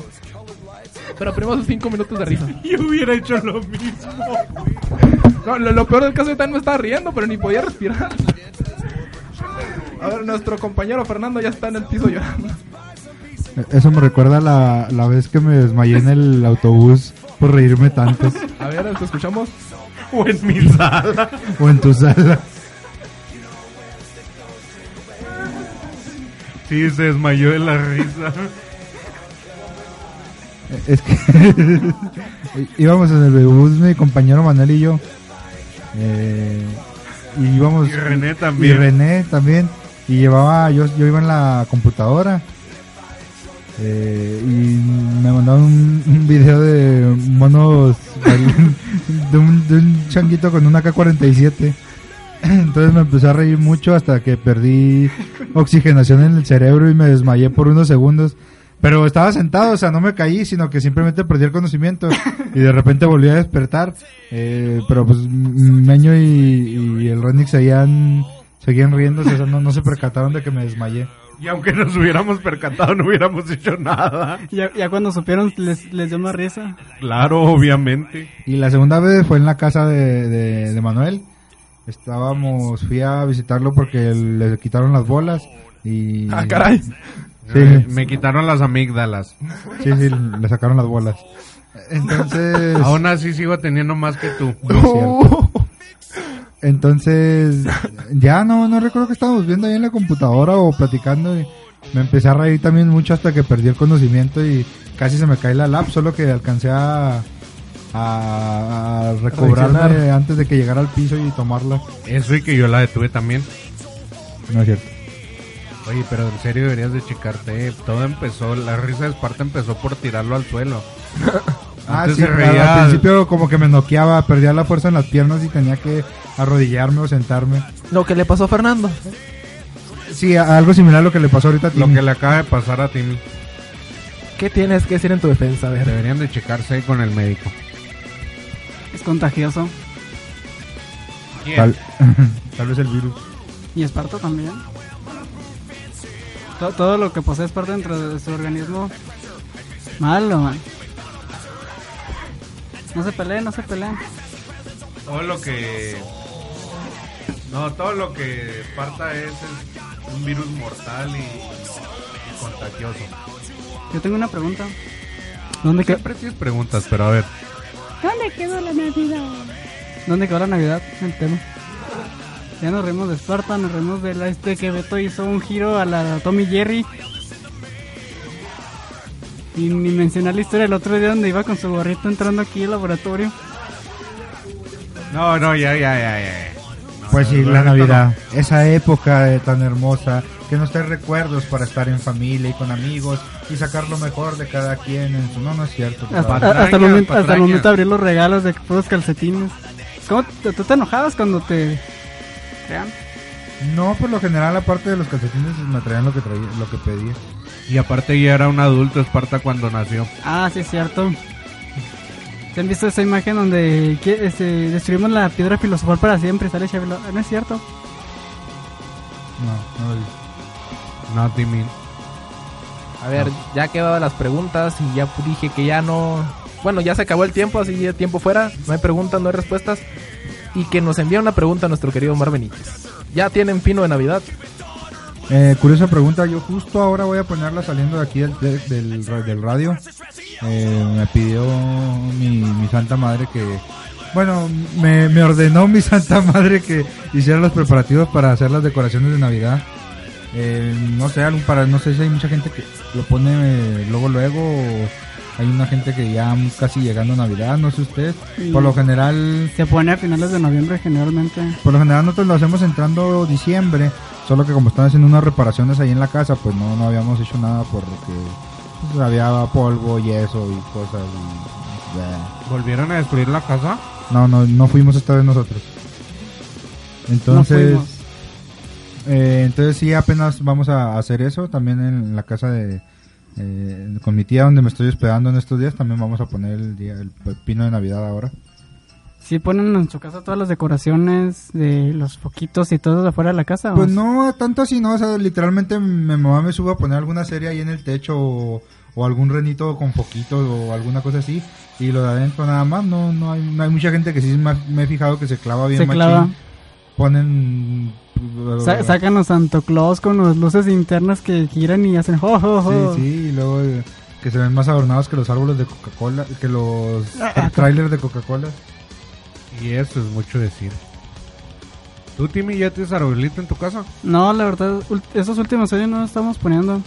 Speaker 4: Pero primero sus cinco minutos de risa.
Speaker 5: Yo hubiera hecho lo mismo.
Speaker 4: No, lo, lo peor del caso es que no estaba riendo, pero ni podía respirar. A ver, nuestro compañero Fernando ya está en el piso llorando.
Speaker 3: Eh, Eso me recuerda la, la vez que me desmayé en el autobús por reírme tanto. (laughs)
Speaker 4: A ver, ¿te escuchamos?
Speaker 5: O en mi sala.
Speaker 3: o en tu sala.
Speaker 5: Sí, se desmayó de la risa.
Speaker 3: Es que (laughs) íbamos en el bus mi compañero Manuel y yo. eh, y íbamos
Speaker 5: Y René también.
Speaker 3: Y René también. Y llevaba, yo, yo iba en la computadora. eh, y me mandaron un, un video de monos (laughs) bail- de un, de un changuito con una K-47. Entonces me empecé a reír mucho hasta que perdí oxigenación en el cerebro y me desmayé por unos segundos. Pero estaba sentado, o sea, no me caí, sino que simplemente perdí el conocimiento y de repente volví a despertar. Eh, pero pues M- Meño y, y el Renix seguían, seguían riéndose, o sea, no, no se percataron de que me desmayé.
Speaker 5: Y aunque nos hubiéramos percatado, no hubiéramos hecho nada.
Speaker 6: Ya, ya cuando supieron les, les dio más risa.
Speaker 5: Claro, obviamente.
Speaker 3: Y la segunda vez fue en la casa de, de, de Manuel. Estábamos, fui a visitarlo porque le quitaron las bolas y...
Speaker 4: Ah, caray.
Speaker 3: Sí.
Speaker 5: Eh, Me quitaron las amígdalas.
Speaker 3: Sí, sí, le sacaron las bolas. Entonces...
Speaker 5: Aún así sigo teniendo más que tú.
Speaker 3: No
Speaker 5: (laughs)
Speaker 3: es cierto. Entonces, ya no, no recuerdo que estábamos viendo ahí en la computadora o platicando y me empecé a reír también mucho hasta que perdí el conocimiento y casi se me cae la lap, solo que alcancé a, a, a recobrarme
Speaker 4: Reaccionar.
Speaker 3: antes de que llegara al piso y tomarla.
Speaker 5: Eso y que yo la detuve también.
Speaker 3: No es cierto.
Speaker 5: Oye, pero en serio deberías de checarte. eh. Todo empezó, la risa de Esparta empezó por tirarlo al suelo.
Speaker 3: (laughs) Ah,
Speaker 5: Antes
Speaker 3: sí,
Speaker 5: se
Speaker 3: pero
Speaker 5: reía
Speaker 3: al
Speaker 5: al-
Speaker 3: principio como que me noqueaba, perdía la fuerza en las piernas y tenía que arrodillarme o sentarme.
Speaker 4: Lo que le pasó a Fernando.
Speaker 3: Sí, a- algo similar a lo que le pasó ahorita a
Speaker 5: Lo
Speaker 3: Timmy.
Speaker 5: que le acaba de pasar a Timmy.
Speaker 4: ¿Qué tienes que decir Pues, en tu defensa? A ver.
Speaker 5: Deberían de checarse con el médico.
Speaker 6: Es contagioso.
Speaker 5: (laughs)
Speaker 3: Tal, tal vez el virus.
Speaker 6: Y Esparta también. To- todo lo que posee Esparta dentro de su organismo. Malo, man. No se peleen, no se peleen.
Speaker 5: Todo lo que... No, todo lo que Esparta es, es un virus mortal y, y contagioso.
Speaker 6: Yo tengo una pregunta. ¿Dónde, que-
Speaker 5: Siempre tienes preguntas, pero a ver.
Speaker 6: ¿Dónde quedó la Navidad? ¿Dónde quedó la Navidad? El tema. Ya nos reímos de Esparta, nos reímos de la este que Beto hizo un giro a la Tommy Jerry. Y ni mencionar la historia del otro día donde iba con su gorrito entrando aquí al laboratorio.
Speaker 5: No, no, ya, ya, ya, ya. No,
Speaker 3: Pues
Speaker 5: no,
Speaker 3: sí,
Speaker 5: no,
Speaker 3: la
Speaker 5: no,
Speaker 3: Navidad, esa época eh, tan hermosa que nos trae recuerdos para estar en familia y con amigos y sacar lo mejor de cada quien. en su- No, no es cierto. por
Speaker 6: Hasta,
Speaker 3: favor.
Speaker 5: Patraña,
Speaker 6: hasta el momento, hasta
Speaker 5: patraña.
Speaker 6: el momento abrí los regalos de puros calcetines. ¿Cómo te- tú te enojabas cuando te crean?
Speaker 3: No, por lo general, aparte de los calcetines, me traían lo que traía, lo que pedía.
Speaker 5: Y aparte ya era un adulto Esparta cuando nació.
Speaker 6: Ah, sí, es cierto. ¿Se han visto esa imagen donde que- este, destruimos la piedra filosofal para siempre? Sale Shavilo. Ah, No es cierto.
Speaker 3: No, no lo vi.
Speaker 5: Not mean.
Speaker 4: A ver, ya quedaban las preguntas y ya dije que ya no. Bueno, ya se acabó el tiempo, así ya tiempo fuera. No hay preguntas, no hay respuestas. Y que nos envía una pregunta a nuestro querido Omar Benítez. ¿Ya tienen pino de Navidad?
Speaker 3: Eh, curiosa pregunta, yo justo ahora voy a ponerla saliendo de aquí del, de- del, ra- del radio. Eh, me pidió mi, mi santa madre que... Bueno, me, me ordenó mi (laughs) santa madre que hiciera los preparativos para hacer las decoraciones de Navidad. Eh, no sé, algún para, no sé si hay mucha gente que lo pone eh, luego luego o hay una gente que ya casi llegando a Navidad, no sé usted. Por lo general
Speaker 6: Se pone a finales de noviembre generalmente.
Speaker 3: por lo general nosotros lo hacemos entrando diciembre, solo que como están haciendo unas reparaciones ahí en la casa, pues no, no habíamos hecho nada porque pues, había polvo, yeso y cosas. y- bleh.
Speaker 5: ¿Volvieron a destruir la casa?
Speaker 3: No, no, no fuimos esta vez nosotros.
Speaker 6: no
Speaker 3: Entonces,
Speaker 6: fuimos.
Speaker 3: eh, entonces sí, apenas vamos a hacer eso, también en la casa de... eh, con mi tía donde me estoy hospedando en estos días también vamos a poner el, día, el pino de navidad ahora
Speaker 6: ¿Sí ponen en su casa todas las decoraciones de los foquitos y todo afuera de la casa? o
Speaker 3: Pues
Speaker 6: es-
Speaker 3: no, tanto así no, o sea, literalmente mi mamá me sube a poner alguna serie ahí en el techo o, o algún renito con foquitos o alguna cosa así y lo de adentro nada más, no no hay, no hay mucha gente que sí me, me he fijado que se clava bien
Speaker 6: Se
Speaker 3: machín.
Speaker 6: clava.
Speaker 3: ponen eh,
Speaker 6: Sa- sacan a Santo Claus con las luces internas que giran y hacen jo, jo,
Speaker 3: Sí,
Speaker 6: jo.
Speaker 3: sí, y luego eh, que se ven más adornados que los árboles de Coca-Cola, que los
Speaker 6: Ah,
Speaker 3: trailers de Coca-Cola.
Speaker 5: Y eso es mucho decir. ¿Tú, Timmy, ya tienes arbolito en tu casa?
Speaker 6: No, la verdad, ul- esos últimos años no los estamos poniendo.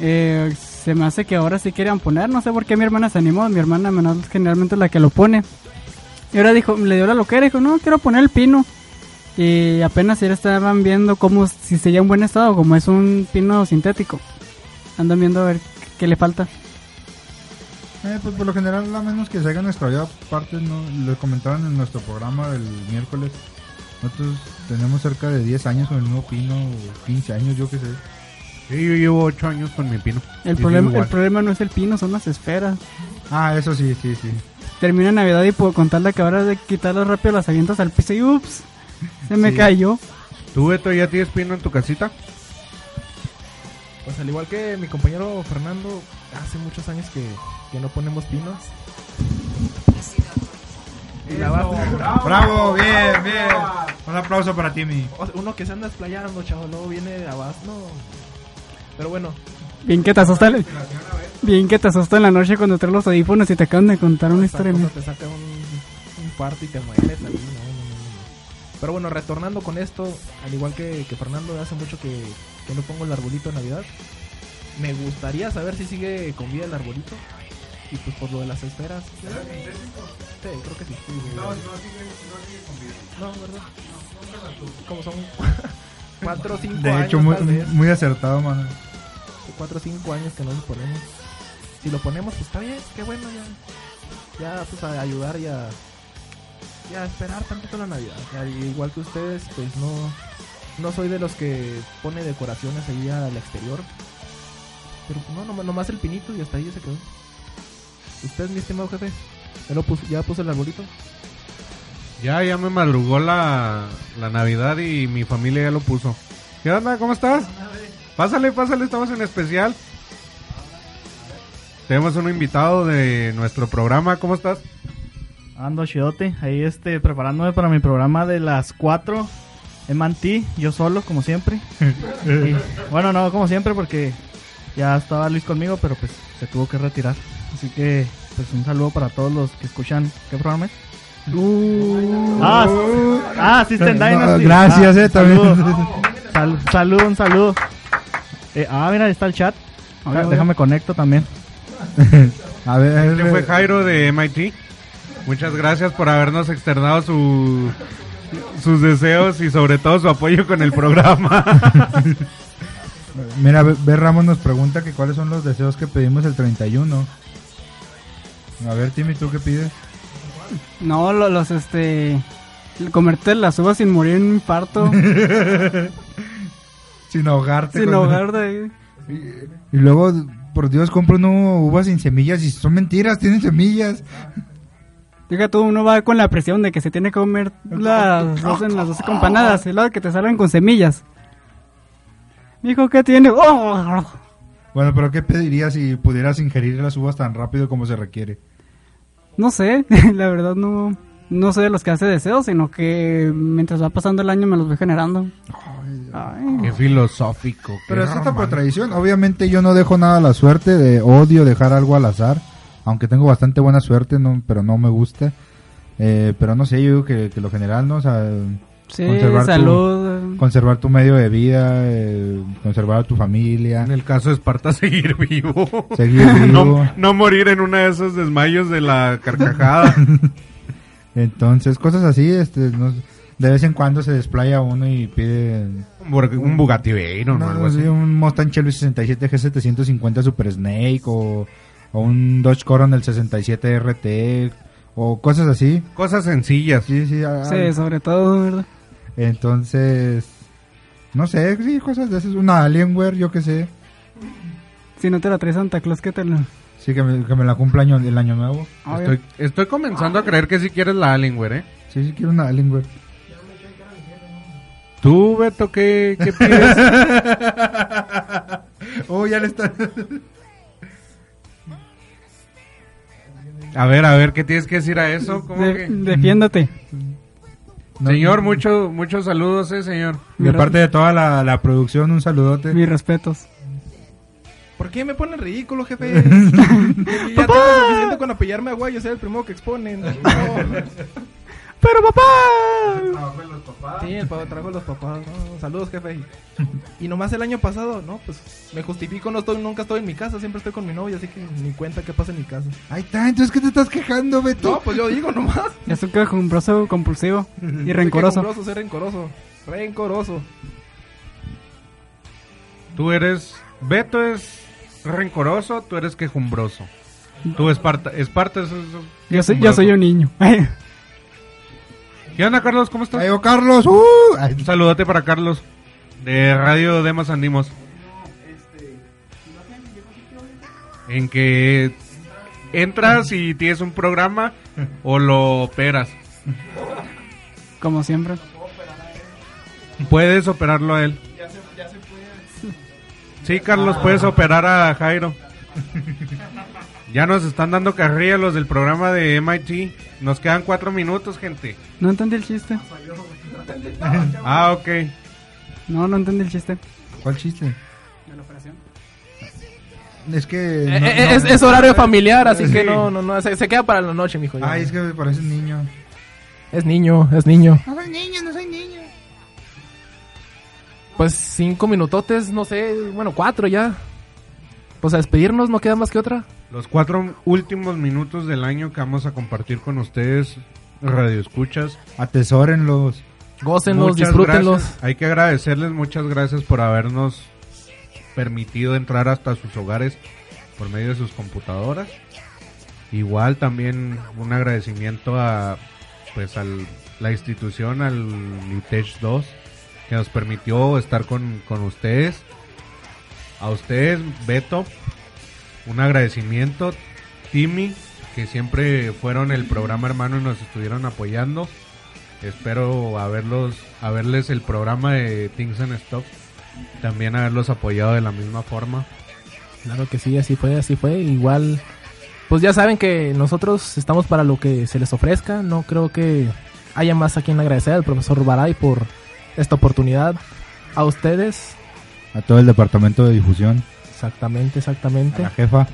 Speaker 6: Eh, se me hace que ahora sí quieran poner, no sé por qué mi hermana se animó, mi hermana menor generalmente es la que lo pone. Y ahora dijo, le dio la loquera, dijo, no, quiero poner el pino. Y apenas ayer estaban viendo cómo, si sería en buen estado, como es un pino sintético. Andan viendo a ver qué le falta.
Speaker 3: Eh, pues por lo general, a menos que se hayan extraviado partes, ¿no? lo comentaron en nuestro programa del miércoles. Nosotros tenemos cerca de 10 años con el nuevo pino, o 15 años, yo qué sé.
Speaker 5: Sí, yo llevo 8 años con mi pino.
Speaker 6: El,
Speaker 5: Sí,
Speaker 6: problema,
Speaker 5: igual.
Speaker 6: el problema no es el pino, son las esferas.
Speaker 3: Ah, eso sí, sí, sí.
Speaker 6: Termina Navidad y puedo contarle que ahora de quitarlo rápido las avientas al piso y ups, se me
Speaker 3: Sí.
Speaker 6: cayó.
Speaker 5: ¿Tú, Beto, ya tienes pino en tu casita?
Speaker 4: Pues al igual que mi compañero Fernando, hace muchos años que, que no ponemos pinos. Y la verdad-
Speaker 3: ¡Bravo! ¡Bien, bien! Un aplauso para Timmy.
Speaker 4: o sea, uno que se anda explayando, chavo, luego viene abajo. No. Pero bueno,
Speaker 6: Bien que te asusta el- Bien que te asusta en la noche cuando traes los audífonos y te acaban de contar una
Speaker 4: esa
Speaker 6: historia.
Speaker 4: cosa
Speaker 6: mía.
Speaker 4: te saca un, un parto y te mueres. ahí, no, no, no, no. Pero bueno, retornando con esto, al igual que, que Fernando, hace mucho que, que no pongo el arbolito de Navidad. Me gustaría saber si sigue con vida el arbolito. Y pues por lo de las esferas. Sí, creo que sí. No, no sigue, con vida. No, ¿verdad? Como son 4 o 5 años.
Speaker 3: De hecho, muy,
Speaker 4: tal vez
Speaker 3: muy acertado, mano.
Speaker 4: de 4 o 5 años que no lo ponemos. Si lo ponemos, pues está bien, qué bueno ya. Ya, pues a ayudar y a, y a esperar tantito la Navidad. Al igual que ustedes, pues no, no soy de los que pone decoraciones ahí al exterior. Pero no, nom- nomás el pinito y hasta ahí se quedó. Usted, mi estimado jefe, ya, lo puso, ya puso el arbolito.
Speaker 5: Ya, ya me madrugó la, la Navidad y mi familia ya lo puso. ¿Qué onda? ¿Cómo estás? Pásale, pásale, estamos en especial. Tenemos un invitado de nuestro programa, ¿cómo estás?
Speaker 7: Ando chidote, ahí este, preparándome para mi programa de las 4 en Mantí, yo solo, como siempre. Y, bueno, no, como siempre, porque ya estaba Luis conmigo, pero pues se tuvo que retirar. Así que, pues un saludo para todos los que escuchan. ¿Qué programa es?
Speaker 3: Uh.
Speaker 7: ah, s- ah, System
Speaker 3: No,
Speaker 7: Dynasty.
Speaker 3: gracias,
Speaker 7: Ah,
Speaker 3: eh, también. (laughs)
Speaker 7: Saludo, Sal- saludo, un saludo. Eh, ah, mira, ahí está el chat.
Speaker 6: Oye, oye.
Speaker 7: Déjame conecto también.
Speaker 3: A ver, eh,
Speaker 5: Este fue Jairo de MIT. Muchas gracias por habernos externado su- sus deseos y sobre todo su apoyo con el programa.
Speaker 3: mira, B, B. Ramos nos pregunta que cuáles son los deseos que pedimos el 31. A ver, Timmy, ¿tú qué pides?
Speaker 6: No, lo- los este. el Comerte las
Speaker 7: (laughs)
Speaker 6: uvas sin morir en un infarto,
Speaker 3: Sin ahogarte.
Speaker 6: sin
Speaker 3: con-
Speaker 6: ahogar de
Speaker 3: Y, (laughs) y luego, por Dios, compran uvas sin semillas y son mentiras, tienen semillas.
Speaker 6: Diga tú, uno va con la presión de que se tiene que comer
Speaker 7: (laughs)
Speaker 6: las dos en las dos campanadas y luego que te salgan con semillas. Dijo que tiene. ¡Oh!
Speaker 3: Bueno, pero ¿qué pedirías si pudieras ingerir las uvas tan rápido como se requiere?
Speaker 6: No sé, (laughs) la verdad no, no soy de los que hace deseos, sino que mientras va pasando el año me los voy generando. Ay.
Speaker 5: Qué filosófico. qué
Speaker 3: Pero es hasta por
Speaker 5: romántico.
Speaker 3: tradición. Obviamente yo no dejo nada a la suerte, de odio dejar algo al azar. Aunque tengo bastante buena suerte, no, pero no me gusta. Eh, pero no sé, yo digo que, que lo general, ¿no? O sea,
Speaker 6: Sí,
Speaker 3: Conservar tu-
Speaker 6: salud.
Speaker 3: conservar tu medio de vida, eh, conservar a tu familia,
Speaker 5: En el caso de Esparta, (laughs) seguir vivo. (laughs)
Speaker 3: seguir vivo.
Speaker 5: No, no morir en uno de esos desmayos de la carcajada.
Speaker 3: Entonces, cosas así, este, no- de vez en cuando se desplaya uno y pide
Speaker 5: un, Bur- un Bugatti Veyron o
Speaker 3: no,
Speaker 5: algo así.
Speaker 3: sí, un Mustang Shelby 67 G750 Super Snake o, o un Dodge Coron el 67 RT o cosas así.
Speaker 5: Cosas sencillas.
Speaker 3: Sí, sí, ah,
Speaker 6: Sí, sobre todo, ¿verdad?
Speaker 3: entonces, no sé, sí, cosas de esas, una Alienware, yo qué sé.
Speaker 6: Si no te la trae Santa Claus, ¿qué te la-
Speaker 3: Sí, que me, que me la cumpla año- el año nuevo.
Speaker 5: Estoy, estoy comenzando a creer que si quieres la Alienware, ¿eh?
Speaker 3: Sí, sí, quiero una Alienware.
Speaker 5: Tú, Beto, ¿qué, qué pides?
Speaker 3: (laughs) Oh, ya le (laughs) está.
Speaker 5: (laughs) A ver, a ver, ¿qué tienes que decir a eso? ¿Cómo
Speaker 6: De-
Speaker 5: que?
Speaker 6: Defiéndate.
Speaker 3: No,
Speaker 5: señor,
Speaker 3: no.
Speaker 5: mucho, muchos saludos, eh, señor.
Speaker 3: De parte de toda la, la producción, un saludote.
Speaker 6: Mis respetos.
Speaker 4: ¿Por qué me ponen ridículo, jefe?
Speaker 3: (laughs)
Speaker 4: ya tengo suficiente con apellarme a guay, yo soy el primero que
Speaker 3: (laughs)
Speaker 4: exponen.
Speaker 6: ¡Pero papá!
Speaker 4: Sí, el papá trajo a los papás. ¿no? Saludos, jefe. Y nomás el año pasado, no, pues me justifico, no estoy, nunca estoy en mi casa, siempre estoy con mi novia, así que ni cuenta qué pasa en mi casa.
Speaker 3: Ahí está, entonces, ¿qué te estás quejando,
Speaker 4: No,
Speaker 3: Beto?
Speaker 4: pues yo digo nomás.
Speaker 6: Es un quejumbroso compulsivo y
Speaker 4: Soy
Speaker 6: rencoroso.
Speaker 4: quejumbroso, soy rencoroso. Rencoroso.
Speaker 5: Tú eres. Beto es rencoroso, tú eres quejumbroso. Tú, Esparta. Esparta es. es-
Speaker 6: Yo soy, yo soy un niño. (laughs)
Speaker 5: ¿Qué onda, Carlos? ¿Cómo estás?
Speaker 3: Ahí va Carlos, ¡uh! Ay,
Speaker 5: Un saludote para Carlos de Radio Demas Andimos. En que entras y tienes un programa o lo operas.
Speaker 6: Como siempre.
Speaker 5: Puedes operarlo a él. Sí, Carlos, puedes operar a Jairo. Ya nos están dando carrilla los del programa de MIT. Nos quedan cuatro minutos, gente.
Speaker 6: No entendí el chiste.
Speaker 5: Ah, ok.
Speaker 6: No, no entendí el chiste.
Speaker 3: ¿Cuál chiste? Es que.
Speaker 4: Eh,
Speaker 3: no-
Speaker 4: eh,
Speaker 3: no-
Speaker 4: es, es horario familiar, así
Speaker 3: Sí.
Speaker 4: que no, no, no, se, se queda para la noche, mijo. ya.
Speaker 3: Ay, es que me parece un niño.
Speaker 4: Es niño, es niño.
Speaker 3: No soy niño, no soy niño.
Speaker 4: Pues cinco minutotes, no sé, bueno, cuatro ya. Pues a despedirnos, no queda más que otra.
Speaker 5: Los cuatro últimos minutos del año que vamos a compartir con ustedes, Radio Escuchas.
Speaker 3: Atesórenlos.
Speaker 4: Gócenlos, disfrútenlos.
Speaker 5: gracias. Hay que agradecerles muchas gracias por habernos permitido entrar hasta sus hogares por medio de sus computadoras. Igual también un agradecimiento a pues al la institución, al UTech 2, que nos permitió estar con, con ustedes. A ustedes, Beto, un agradecimiento. Timmy, que siempre fueron el programa hermano y nos estuvieron apoyando. Espero haberlos, haberles el programa de Things and Stop. También haberlos apoyado de la misma forma.
Speaker 4: Claro que sí, así fue, así fue. Igual, pues ya saben que nosotros estamos para lo que se les ofrezca. No creo que haya más a quien agradecer al profesor Baray por esta oportunidad. A ustedes,
Speaker 3: A todo el departamento de difusión.
Speaker 4: exactamente,
Speaker 3: A
Speaker 4: exactamente.
Speaker 3: la jefa.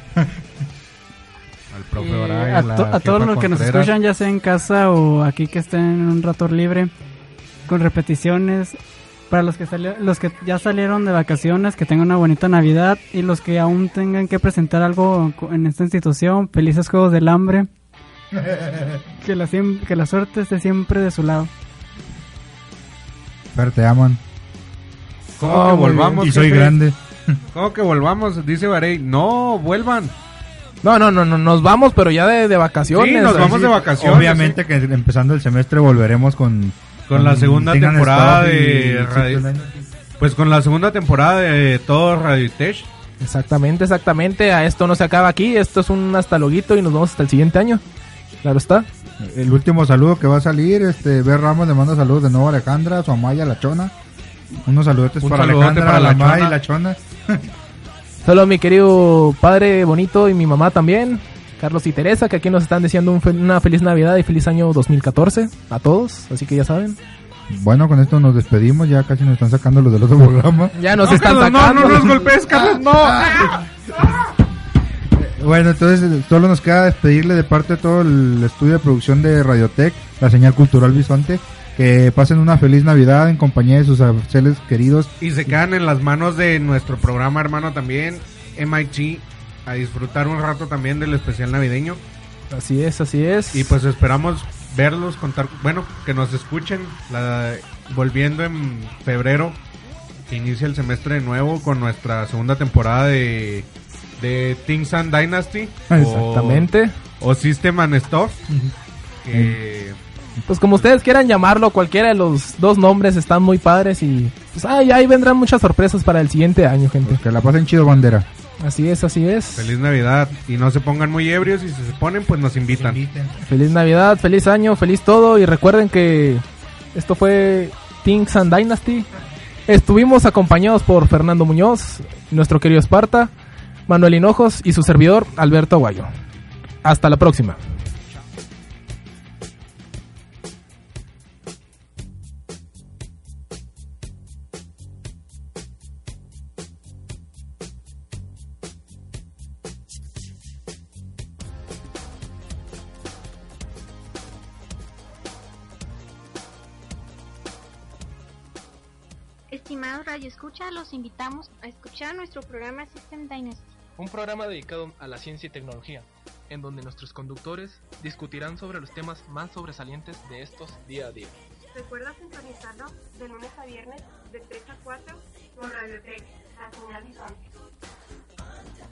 Speaker 5: Al profe
Speaker 6: Eh,
Speaker 5: Brian,
Speaker 6: a,
Speaker 5: la
Speaker 6: to- a
Speaker 5: jefa
Speaker 6: todos los que nos
Speaker 5: Contreras.
Speaker 6: escuchan, ya sea en casa o aquí que estén en un rato libre, con repeticiones. Para los que, sali- los que ya salieron de vacaciones, que tengan una bonita Navidad. Y los que aún tengan que presentar algo co- en esta institución, felices Juegos del
Speaker 5: (laughs)
Speaker 6: Hambre. que, la siem- que la suerte esté siempre de su lado.
Speaker 3: Fer, te aman.
Speaker 5: ¿Cómo
Speaker 3: Ah,
Speaker 5: que Oh,
Speaker 3: muy bien.
Speaker 5: volvamos?
Speaker 3: Y soy
Speaker 5: jefe?
Speaker 3: grande.
Speaker 5: ¿Cómo que volvamos? Dice Barey. No, vuelvan.
Speaker 4: No, no, no, no, nos vamos, pero ya de, de vacaciones.
Speaker 5: Sí, nos
Speaker 4: así.
Speaker 5: vamos de vacaciones.
Speaker 3: Obviamente que empezando el semestre volveremos ¿eh? con.
Speaker 5: Con la segunda
Speaker 3: Things and
Speaker 5: temporada
Speaker 3: Stuff y-
Speaker 5: de
Speaker 3: y
Speaker 5: Radio-
Speaker 3: Sexto Año.
Speaker 5: Pues con la segunda temporada de todo Radio Tech.
Speaker 4: Exactamente, exactamente. A esto no se acaba aquí. Esto es un hasta loguito y nos vemos hasta el siguiente año. Claro está.
Speaker 3: El último saludo que va a salir, este, Ver Ramos le manda saludos de nuevo a Alejandra, su Amaya, la Chona. Unos saludos
Speaker 5: Un
Speaker 3: para
Speaker 5: saludote
Speaker 3: Alejandra,
Speaker 5: para
Speaker 3: la
Speaker 5: la
Speaker 3: Amaya y
Speaker 5: Chona.
Speaker 3: la Chona.
Speaker 4: Solo mi querido padre bonito y mi mamá también, Carlos y Teresa, que aquí nos están deseando un fel- una feliz Navidad y feliz año 2014 a todos. Así que ya saben.
Speaker 3: Bueno, con esto nos despedimos, ya casi nos están sacando los del otro programa.
Speaker 4: Ya nos están sacando.
Speaker 5: golpes, Carlos, no.
Speaker 3: Bueno, entonces solo nos queda despedirle de parte de todo el estudio de producción de Radiotech, la señal cultural Bisonte. Que pasen una feliz Navidad en compañía de sus seres queridos.
Speaker 5: Y se quedan en las manos de nuestro programa hermano también, MIT, a disfrutar un rato también del especial navideño.
Speaker 4: Así es, así es.
Speaker 5: Y pues esperamos verlos, contar, bueno, que nos escuchen la, volviendo en febrero, que inicia el semestre de nuevo con nuestra segunda temporada de, de Things and Dynasty. o-
Speaker 4: Exactamente.
Speaker 5: O, System and Stuff. Que,
Speaker 4: Pues como ustedes quieran llamarlo, cualquiera de los dos nombres están muy padres y pues ay, ahí vendrán muchas sorpresas para el siguiente año, gente.
Speaker 3: Pues que la pasen chido, bandera.
Speaker 4: Así es, así es.
Speaker 5: feliz Navidad. Y no se pongan muy ebrios y si se ponen, pues nos invitan.
Speaker 4: Feliz Navidad, feliz año, feliz todo y recuerden que esto fue Things and Dynasty. Estuvimos acompañados por Fernando Muñoz, nuestro querido Esparta, Manuel Hinojos y su servidor Alberto Aguayo. Hasta la próxima.
Speaker 1: Estimados Radio Escucha, los invitamos a escuchar nuestro programa System Dynasty.
Speaker 4: Un programa dedicado a la ciencia y tecnología, en donde nuestros conductores discutirán sobre los temas más sobresalientes de estos día a día.
Speaker 2: Recuerda sintonizarlo de lunes a viernes de 3 a 4 por Radio Tech, la señal Bisonte.